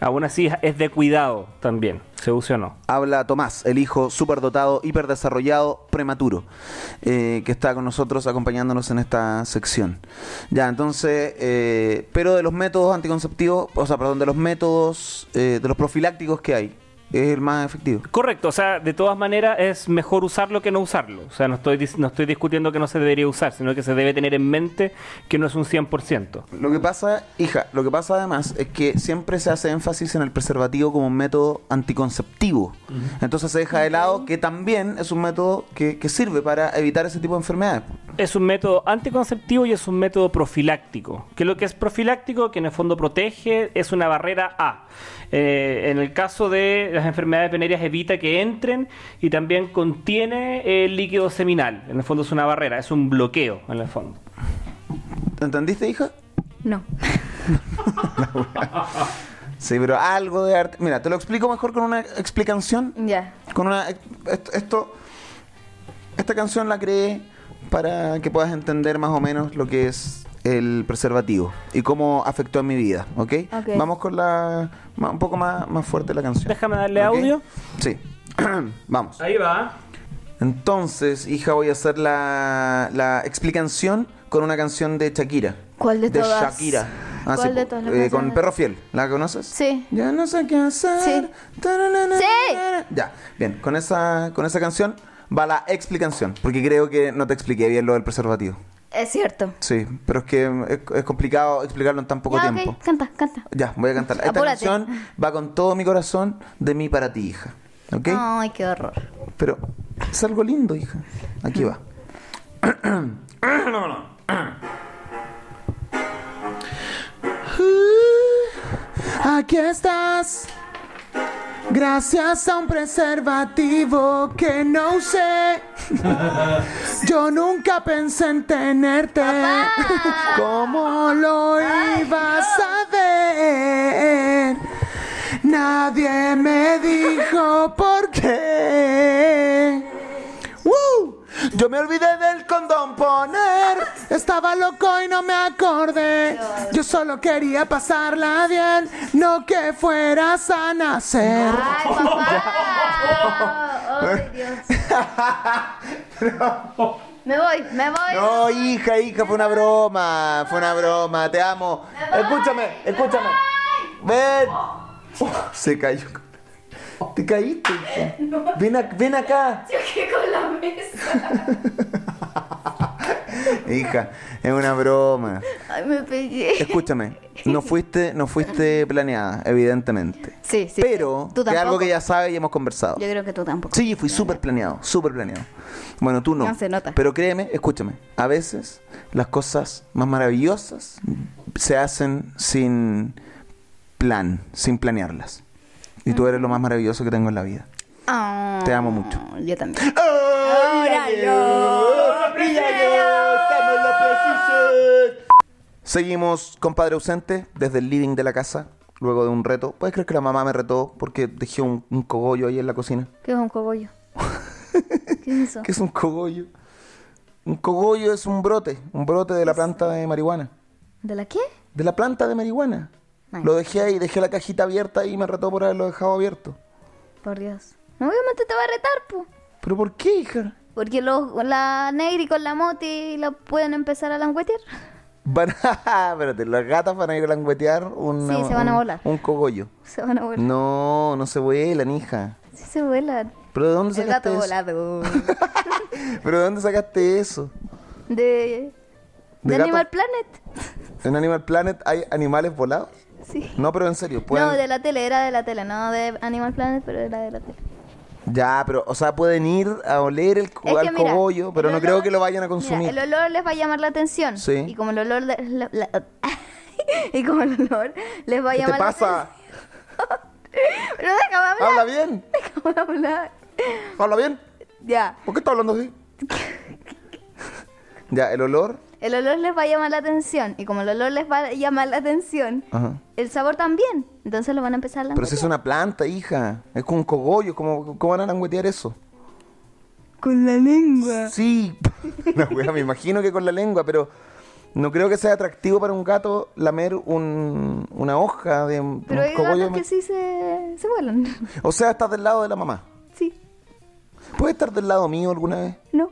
[SPEAKER 3] aún así es de cuidado también, se use o no.
[SPEAKER 1] Habla Tomás, el hijo superdotado, hiperdesarrollado, prematuro, eh, que está con nosotros acompañándonos en esta sección. Ya, entonces, eh, pero de los métodos anticonceptivos, o sea, perdón, de los métodos, eh, de los profilácticos que hay, es el más efectivo.
[SPEAKER 3] Correcto, o sea, de todas maneras es mejor usarlo que no usarlo. O sea, no estoy, dis- no estoy discutiendo que no se debería usar, sino que se debe tener en mente que no es un 100%.
[SPEAKER 1] Lo que pasa, hija, lo que pasa además es que siempre se hace énfasis en el preservativo como un método anticonceptivo. Entonces se deja de lado que también es un método que, que sirve para evitar ese tipo de enfermedades.
[SPEAKER 3] Es un método anticonceptivo y es un método profiláctico. Que lo que es profiláctico, que en el fondo protege, es una barrera A. Eh, en el caso de las enfermedades venéreas, evita que entren y también contiene eh, el líquido seminal. En el fondo es una barrera, es un bloqueo, en el fondo.
[SPEAKER 1] ¿Entendiste, hija?
[SPEAKER 4] No.
[SPEAKER 1] Sí, pero algo de arte. Mira, te lo explico mejor con una explicación.
[SPEAKER 4] Ya.
[SPEAKER 1] Con una esto, esto- esta canción la creé para que puedas entender más o menos lo que es el preservativo y cómo afectó a mi vida, ¿ok?
[SPEAKER 4] Ok.
[SPEAKER 1] Vamos con la ma- un poco más, más fuerte la canción.
[SPEAKER 3] Déjame darle
[SPEAKER 1] ¿ok?
[SPEAKER 3] audio.
[SPEAKER 1] Sí. Vamos.
[SPEAKER 3] Ahí va.
[SPEAKER 1] Entonces, hija, voy a hacer la, la explicación con una canción de Shakira.
[SPEAKER 4] ¿Cuál de todas?
[SPEAKER 1] Shakira.
[SPEAKER 4] ¿Cuál
[SPEAKER 1] sí,
[SPEAKER 4] de
[SPEAKER 1] po.
[SPEAKER 4] todas las
[SPEAKER 1] Eh, Con
[SPEAKER 4] canciones?
[SPEAKER 1] Perro Fiel. ¿La conoces?
[SPEAKER 4] Sí.
[SPEAKER 1] Ya no sé qué hacer.
[SPEAKER 4] Sí.
[SPEAKER 1] Taranana.
[SPEAKER 4] Sí.
[SPEAKER 1] Ya, bien. Con esa, con esa canción va la explicación. Porque creo que no te expliqué bien lo del preservativo.
[SPEAKER 4] Es cierto.
[SPEAKER 1] Sí, pero es que mm, es, es complicado explicarlo en tan poco
[SPEAKER 4] ya,
[SPEAKER 1] tiempo.
[SPEAKER 4] ok. Canta, canta.
[SPEAKER 1] Ya, voy a cantar. Esta
[SPEAKER 4] Apúrate.
[SPEAKER 1] canción va con todo mi corazón de mí para ti, hija. ¿Ok?
[SPEAKER 4] Ay, qué horror.
[SPEAKER 1] Pero es algo lindo, hija. Aquí va. Uh, Aquí estás. Gracias a un preservativo que no usé. Yo nunca pensé en tenerte. ¿Cómo lo ibas a ver? Nadie me dijo por qué. ¡Woo! Yo me olvidé del condón poner. Estaba loco y no me acordé. Yo solo quería pasarla bien, no que fueras a nacer.
[SPEAKER 2] ¡Ay, papá!
[SPEAKER 1] Oh,
[SPEAKER 2] ¡Ay, Dios! Me voy, me voy.
[SPEAKER 1] No, hija, hija, fue una broma. Fue una broma, te amo. Escúchame, escúchame. Ven. Uf, se cayó. Te caíste. hija. Ven, ac- ven acá.
[SPEAKER 2] Choqué con la mesa.
[SPEAKER 1] Hija, es una broma.
[SPEAKER 4] Ay, me pegué.
[SPEAKER 1] Escúchame, no fuiste, no fuiste planeada, evidentemente.
[SPEAKER 4] Sí, sí.
[SPEAKER 1] Pero
[SPEAKER 4] Tú
[SPEAKER 1] que es algo
[SPEAKER 4] tampoco.
[SPEAKER 1] que ya sabes y hemos conversado.
[SPEAKER 4] Yo creo que tú tampoco.
[SPEAKER 1] Sí, fui súper planeado, súper planeado. Bueno, tú no.
[SPEAKER 4] No se nota.
[SPEAKER 1] Pero créeme, escúchame, a veces las cosas más maravillosas se hacen sin plan, sin planearlas. Y tú eres lo más maravilloso que tengo en la vida.
[SPEAKER 4] Ah,
[SPEAKER 1] Te amo mucho.
[SPEAKER 4] Yo también.
[SPEAKER 1] ¡Órale! ¡Brillalo! ¡Estamos en lo preciso! Seguimos, compadre ausente, desde el living de la casa, luego de un reto. ¿Puedes creer que la mamá me retó porque dejé un, un cogollo ahí en la cocina?
[SPEAKER 2] ¿Qué es un cogollo? ¿Qué es eso?
[SPEAKER 1] ¿Qué es un cogollo? Un cogollo es un brote, un brote de la planta de marihuana.
[SPEAKER 2] ¿De la qué?
[SPEAKER 1] De la planta de marihuana.
[SPEAKER 2] Ay.
[SPEAKER 1] Lo dejé ahí, dejé la cajita abierta y me retó por haberlo dejado abierto.
[SPEAKER 2] Por Dios. Obviamente te va a retar, po.
[SPEAKER 1] ¿Pero por qué, hija?
[SPEAKER 2] Porque los, la negri con la moti la pueden empezar a languetear.
[SPEAKER 1] Van a, espérate, las gatas van a ir a languetear una-
[SPEAKER 2] Sí, se van a
[SPEAKER 1] un-
[SPEAKER 2] volar.
[SPEAKER 1] un cogollo.
[SPEAKER 2] Se van a volar.
[SPEAKER 1] No, no se vuelan, hija.
[SPEAKER 2] Sí se vuelan.
[SPEAKER 1] ¿Pero de dónde
[SPEAKER 2] El
[SPEAKER 1] sacaste
[SPEAKER 2] gato
[SPEAKER 1] eso?
[SPEAKER 2] volado.
[SPEAKER 1] ¿Pero de dónde sacaste eso?
[SPEAKER 2] De, de
[SPEAKER 1] gato?
[SPEAKER 2] Animal Planet.
[SPEAKER 1] ¿En Animal Planet hay animales volados?
[SPEAKER 2] Sí.
[SPEAKER 1] No, pero en serio, pueden...
[SPEAKER 2] No, de la tele, era de la tele, no de Animal Planet, pero era de la tele.
[SPEAKER 1] Ya, pero, o sea, pueden ir a oler el, co-
[SPEAKER 2] Es que
[SPEAKER 1] al
[SPEAKER 2] mira,
[SPEAKER 1] cogollo, pero
[SPEAKER 2] el
[SPEAKER 1] no
[SPEAKER 2] olor-
[SPEAKER 1] creo que lo vayan a
[SPEAKER 2] Mira,
[SPEAKER 1] consumir.
[SPEAKER 2] el olor les va a llamar la atención.
[SPEAKER 1] Sí.
[SPEAKER 2] Y como el olor. de- la- la- y como el olor les va a
[SPEAKER 1] ¿Qué te
[SPEAKER 2] llamar la
[SPEAKER 1] pasa?
[SPEAKER 2] atención. Pero déjame hablar,
[SPEAKER 1] Habla bien,
[SPEAKER 2] déjame hablar.
[SPEAKER 1] habla bien.
[SPEAKER 2] Ya.
[SPEAKER 1] ¿Por qué estás hablando así? ya, el olor.
[SPEAKER 2] El olor les va a llamar la atención. Y como el olor les va a llamar la atención,
[SPEAKER 1] Ajá.
[SPEAKER 2] el sabor también. Entonces lo van a empezar a
[SPEAKER 1] Pero si es
[SPEAKER 2] languetear.
[SPEAKER 1] una planta, hija. Es como un cogollo. ¿Cómo, cómo van a languetear eso?
[SPEAKER 2] Con la lengua.
[SPEAKER 1] Sí. La wea, me imagino que con la lengua, pero no creo que sea atractivo para un gato lamer un, una hoja de un
[SPEAKER 2] Pero
[SPEAKER 1] un
[SPEAKER 2] hay
[SPEAKER 1] cogollo.
[SPEAKER 2] gatos que sí se, se vuelan.
[SPEAKER 1] O sea, estás del lado de la mamá.
[SPEAKER 2] sí.
[SPEAKER 1] ¿Puede estar del lado mío alguna vez?
[SPEAKER 2] No.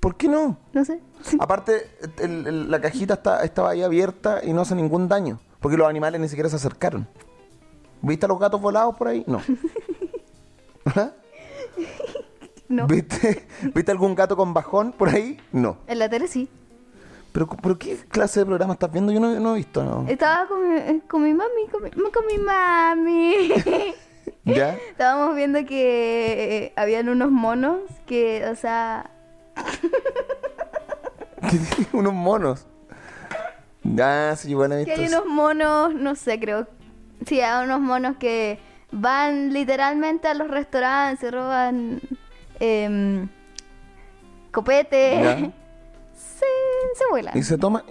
[SPEAKER 1] ¿Por qué no?
[SPEAKER 2] No sé.
[SPEAKER 1] Aparte, el- el- la cajita está, estaba ahí abierta y no hace ningún daño, porque los animales ni siquiera se acercaron. ¿Viste a los gatos volados por ahí? No. ¿Ah?
[SPEAKER 2] No.
[SPEAKER 1] ¿Viste, ¿Viste algún gato con bajón por ahí? No.
[SPEAKER 2] En la tele sí.
[SPEAKER 1] ¿Pero, pero qué clase de programa estás viendo? Yo no, no he visto, ¿no?
[SPEAKER 2] Estaba con mi, eh, con mi mami, con mi, con mi mami.
[SPEAKER 1] ¿Ya?
[SPEAKER 2] Estábamos viendo que eh, habían unos monos que, o sea,
[SPEAKER 1] Unos monos. Ah, sí, bueno, he
[SPEAKER 2] que
[SPEAKER 1] visto
[SPEAKER 2] hay
[SPEAKER 1] eso.
[SPEAKER 2] unos monos, no sé, creo. Sí, hay unos monos que van literalmente a los restaurantes, se roban em, copete.
[SPEAKER 1] Ya.
[SPEAKER 2] Se, se vuelan.
[SPEAKER 1] Y se toman...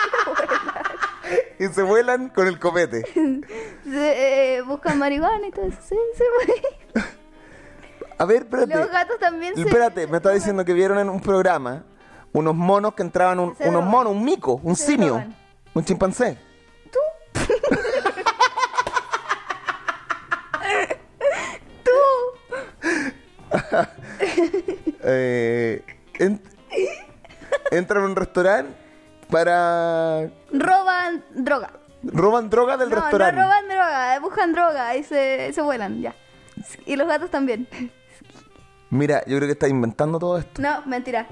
[SPEAKER 1] y se vuelan con el copete.
[SPEAKER 2] Se, eh, buscan marihuana y todo eso. Sí, se vuelan.
[SPEAKER 1] A ver, espérate.
[SPEAKER 2] Los gatos también se.
[SPEAKER 1] Espérate, me está diciendo que vieron en un programa unos monos que entraban, un-
[SPEAKER 2] Se
[SPEAKER 1] unos
[SPEAKER 2] drogan.
[SPEAKER 1] monos, un mico, un
[SPEAKER 2] Se
[SPEAKER 1] simio,
[SPEAKER 2] drogan.
[SPEAKER 1] un chimpancé. Tú. Tú. Eh, entran a un restaurante para...
[SPEAKER 2] Roban droga.
[SPEAKER 1] Roban droga del
[SPEAKER 2] no,
[SPEAKER 1] restaurante.
[SPEAKER 2] No roban droga, eh, buscan droga y se, se vuelan, ya. Y los gatos también.
[SPEAKER 1] Mira, yo creo que está inventando todo esto.
[SPEAKER 2] No, mentira.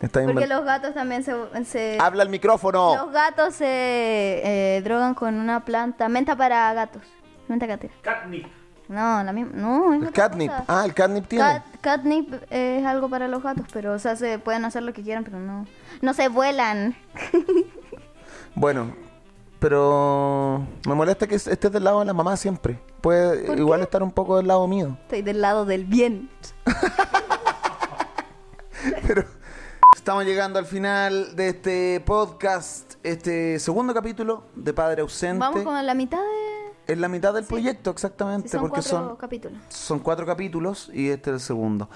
[SPEAKER 1] Está
[SPEAKER 2] Porque
[SPEAKER 1] inventando.
[SPEAKER 2] los gatos también se... se-
[SPEAKER 1] Habla al micrófono.
[SPEAKER 2] Los gatos se eh, drogan con una planta, menta para gatos. Menta catera.
[SPEAKER 3] Catnip.
[SPEAKER 2] No, la misma... No, es
[SPEAKER 1] El
[SPEAKER 2] otra
[SPEAKER 1] catnip.
[SPEAKER 2] cosa.
[SPEAKER 1] Ah, el catnip tiene.
[SPEAKER 2] Cat- catnip es algo para los gatos, pero o sea, se pueden hacer lo que quieran, pero no... No se vuelan.
[SPEAKER 1] Bueno, pero me molesta que estés del lado de la mamá siempre. Puede igual estar un poco del lado mío.
[SPEAKER 2] Estoy del lado del bien.
[SPEAKER 1] Pero estamos llegando al final de este podcast, este segundo capítulo de Padre Ausente.
[SPEAKER 2] Vamos con la mitad de...
[SPEAKER 1] En la mitad del proyecto,
[SPEAKER 2] sí,
[SPEAKER 1] exactamente,
[SPEAKER 2] son
[SPEAKER 1] porque
[SPEAKER 2] cuatro
[SPEAKER 1] son,
[SPEAKER 2] capítulos.
[SPEAKER 1] son cuatro capítulos y este es el segundo.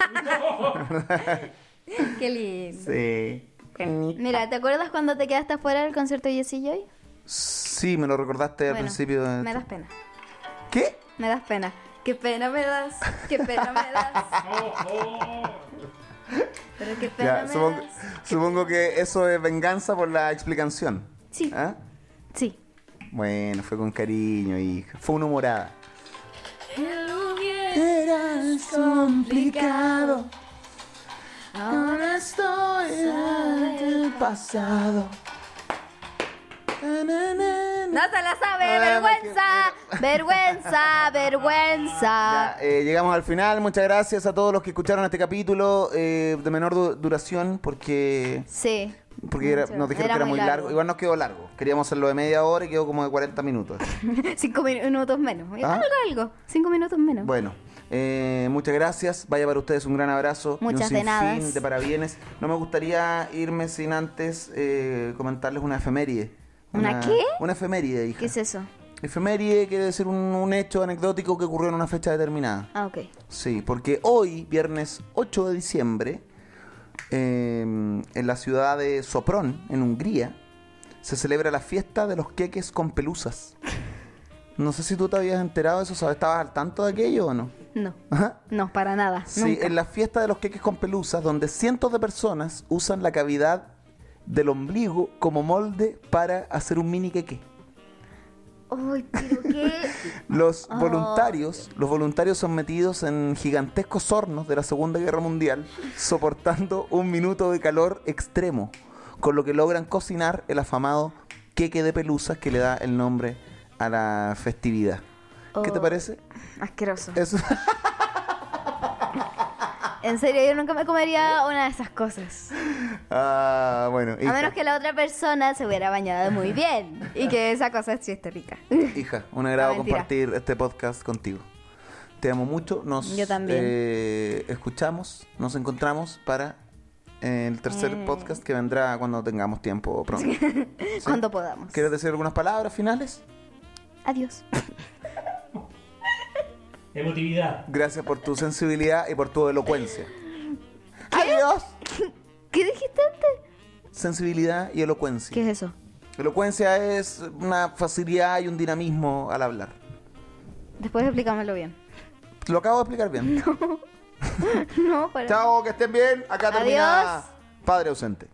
[SPEAKER 2] Ah.
[SPEAKER 6] Qué lindo.
[SPEAKER 1] Sí.
[SPEAKER 2] Mira, ¿te acuerdas cuando te quedaste afuera del concierto de Jessie Joy?
[SPEAKER 1] Sí, me lo recordaste al
[SPEAKER 2] Bueno,
[SPEAKER 1] principio. de-
[SPEAKER 2] Me das pena,
[SPEAKER 1] ¿Qué?
[SPEAKER 2] me das pena. Qué pena me das, qué pena me das. Pero qué pena
[SPEAKER 1] Ya,
[SPEAKER 2] me
[SPEAKER 1] supongo,
[SPEAKER 2] das.
[SPEAKER 1] supongo que eso es venganza por la explicación.
[SPEAKER 2] Sí.
[SPEAKER 1] ¿Ah?
[SPEAKER 2] Sí.
[SPEAKER 1] Bueno, fue con cariño, hija. Fue una humorada. complicado. Ahora estoy en el pasado.
[SPEAKER 2] No se la sabe,
[SPEAKER 1] Ay,
[SPEAKER 2] vergüenza, vergüenza, vergüenza.
[SPEAKER 1] eh, llegamos al final. Muchas gracias a todos los que escucharon este capítulo eh, de menor du- duración porque
[SPEAKER 2] Sí.
[SPEAKER 1] porque era- nos dijeron que era muy largo. Igual nos quedó largo. Queríamos hacerlo de media hora y quedó como de 40 minutos.
[SPEAKER 2] Cinco minutos menos.
[SPEAKER 1] Ah.
[SPEAKER 2] Algo, algo. Cinco minutos menos.
[SPEAKER 1] Bueno, Eh, muchas gracias. Vaya para ustedes un gran abrazo. y un
[SPEAKER 2] Muchas de
[SPEAKER 1] sinfín
[SPEAKER 2] nada.
[SPEAKER 1] de parabienes. No me gustaría irme sin antes eh, comentarles una efeméride.
[SPEAKER 2] ¿Una qué?
[SPEAKER 1] Una efeméride, hija.
[SPEAKER 2] ¿Qué es eso?
[SPEAKER 1] Efeméride quiere decir un, un hecho anecdótico que ocurrió en una fecha determinada.
[SPEAKER 2] Ah, ok.
[SPEAKER 1] Sí, porque hoy, viernes 8 de diciembre, eh, en la ciudad de Sopron, en Hungría, se celebra la fiesta de los queques con pelusas. No sé si tú te habías enterado de eso, ¿sabes? ¿Estabas al tanto de aquello o no?
[SPEAKER 2] No,
[SPEAKER 1] Ajá.
[SPEAKER 2] no, para nada.
[SPEAKER 1] Sí,
[SPEAKER 2] nunca.
[SPEAKER 1] en la fiesta de los queques con pelusas, donde cientos de personas usan la cavidad del ombligo como molde para hacer un mini queque.
[SPEAKER 2] Uy, pero qué.
[SPEAKER 1] Los
[SPEAKER 2] Ah.
[SPEAKER 1] voluntarios, los voluntarios son metidos en gigantescos hornos de la Segunda Guerra Mundial, soportando un minuto de calor extremo, con lo que logran cocinar el afamado queque de pelusas que le da el nombre a la festividad. ¿Qué te
[SPEAKER 2] Oh.
[SPEAKER 1] parece?
[SPEAKER 2] Asqueroso.
[SPEAKER 1] Eso-
[SPEAKER 2] En serio, yo nunca me comería una de esas cosas.
[SPEAKER 1] ah, bueno,
[SPEAKER 2] A menos
[SPEAKER 1] hija,
[SPEAKER 2] que la otra persona se hubiera bañado muy bien. Y que esa cosa sí esté rica.
[SPEAKER 1] hija, un agrado
[SPEAKER 2] No, mentira.
[SPEAKER 1] compartir este podcast contigo. Te amo mucho, nos
[SPEAKER 2] Yo también.
[SPEAKER 1] eh, escuchamos, nos encontramos para eh, el tercer
[SPEAKER 2] Eh.
[SPEAKER 1] podcast que vendrá cuando tengamos tiempo pronto. Sí.
[SPEAKER 2] Cuando podamos.
[SPEAKER 1] ¿Quieres decir algunas palabras finales?
[SPEAKER 2] Adiós.
[SPEAKER 3] Emotividad.
[SPEAKER 1] Gracias por tu sensibilidad y por tu elocuencia. ¡Adiós!
[SPEAKER 2] ¿Qué dijiste antes?
[SPEAKER 1] Sensibilidad y elocuencia.
[SPEAKER 2] ¿Qué es eso?
[SPEAKER 1] Elocuencia es una facilidad y un dinamismo al hablar.
[SPEAKER 2] Después explícamelo bien.
[SPEAKER 1] Lo acabo de explicar bien.
[SPEAKER 2] No, para.
[SPEAKER 1] Chao, que estén bien. Acá termina
[SPEAKER 2] Adiós.
[SPEAKER 1] Padre ausente.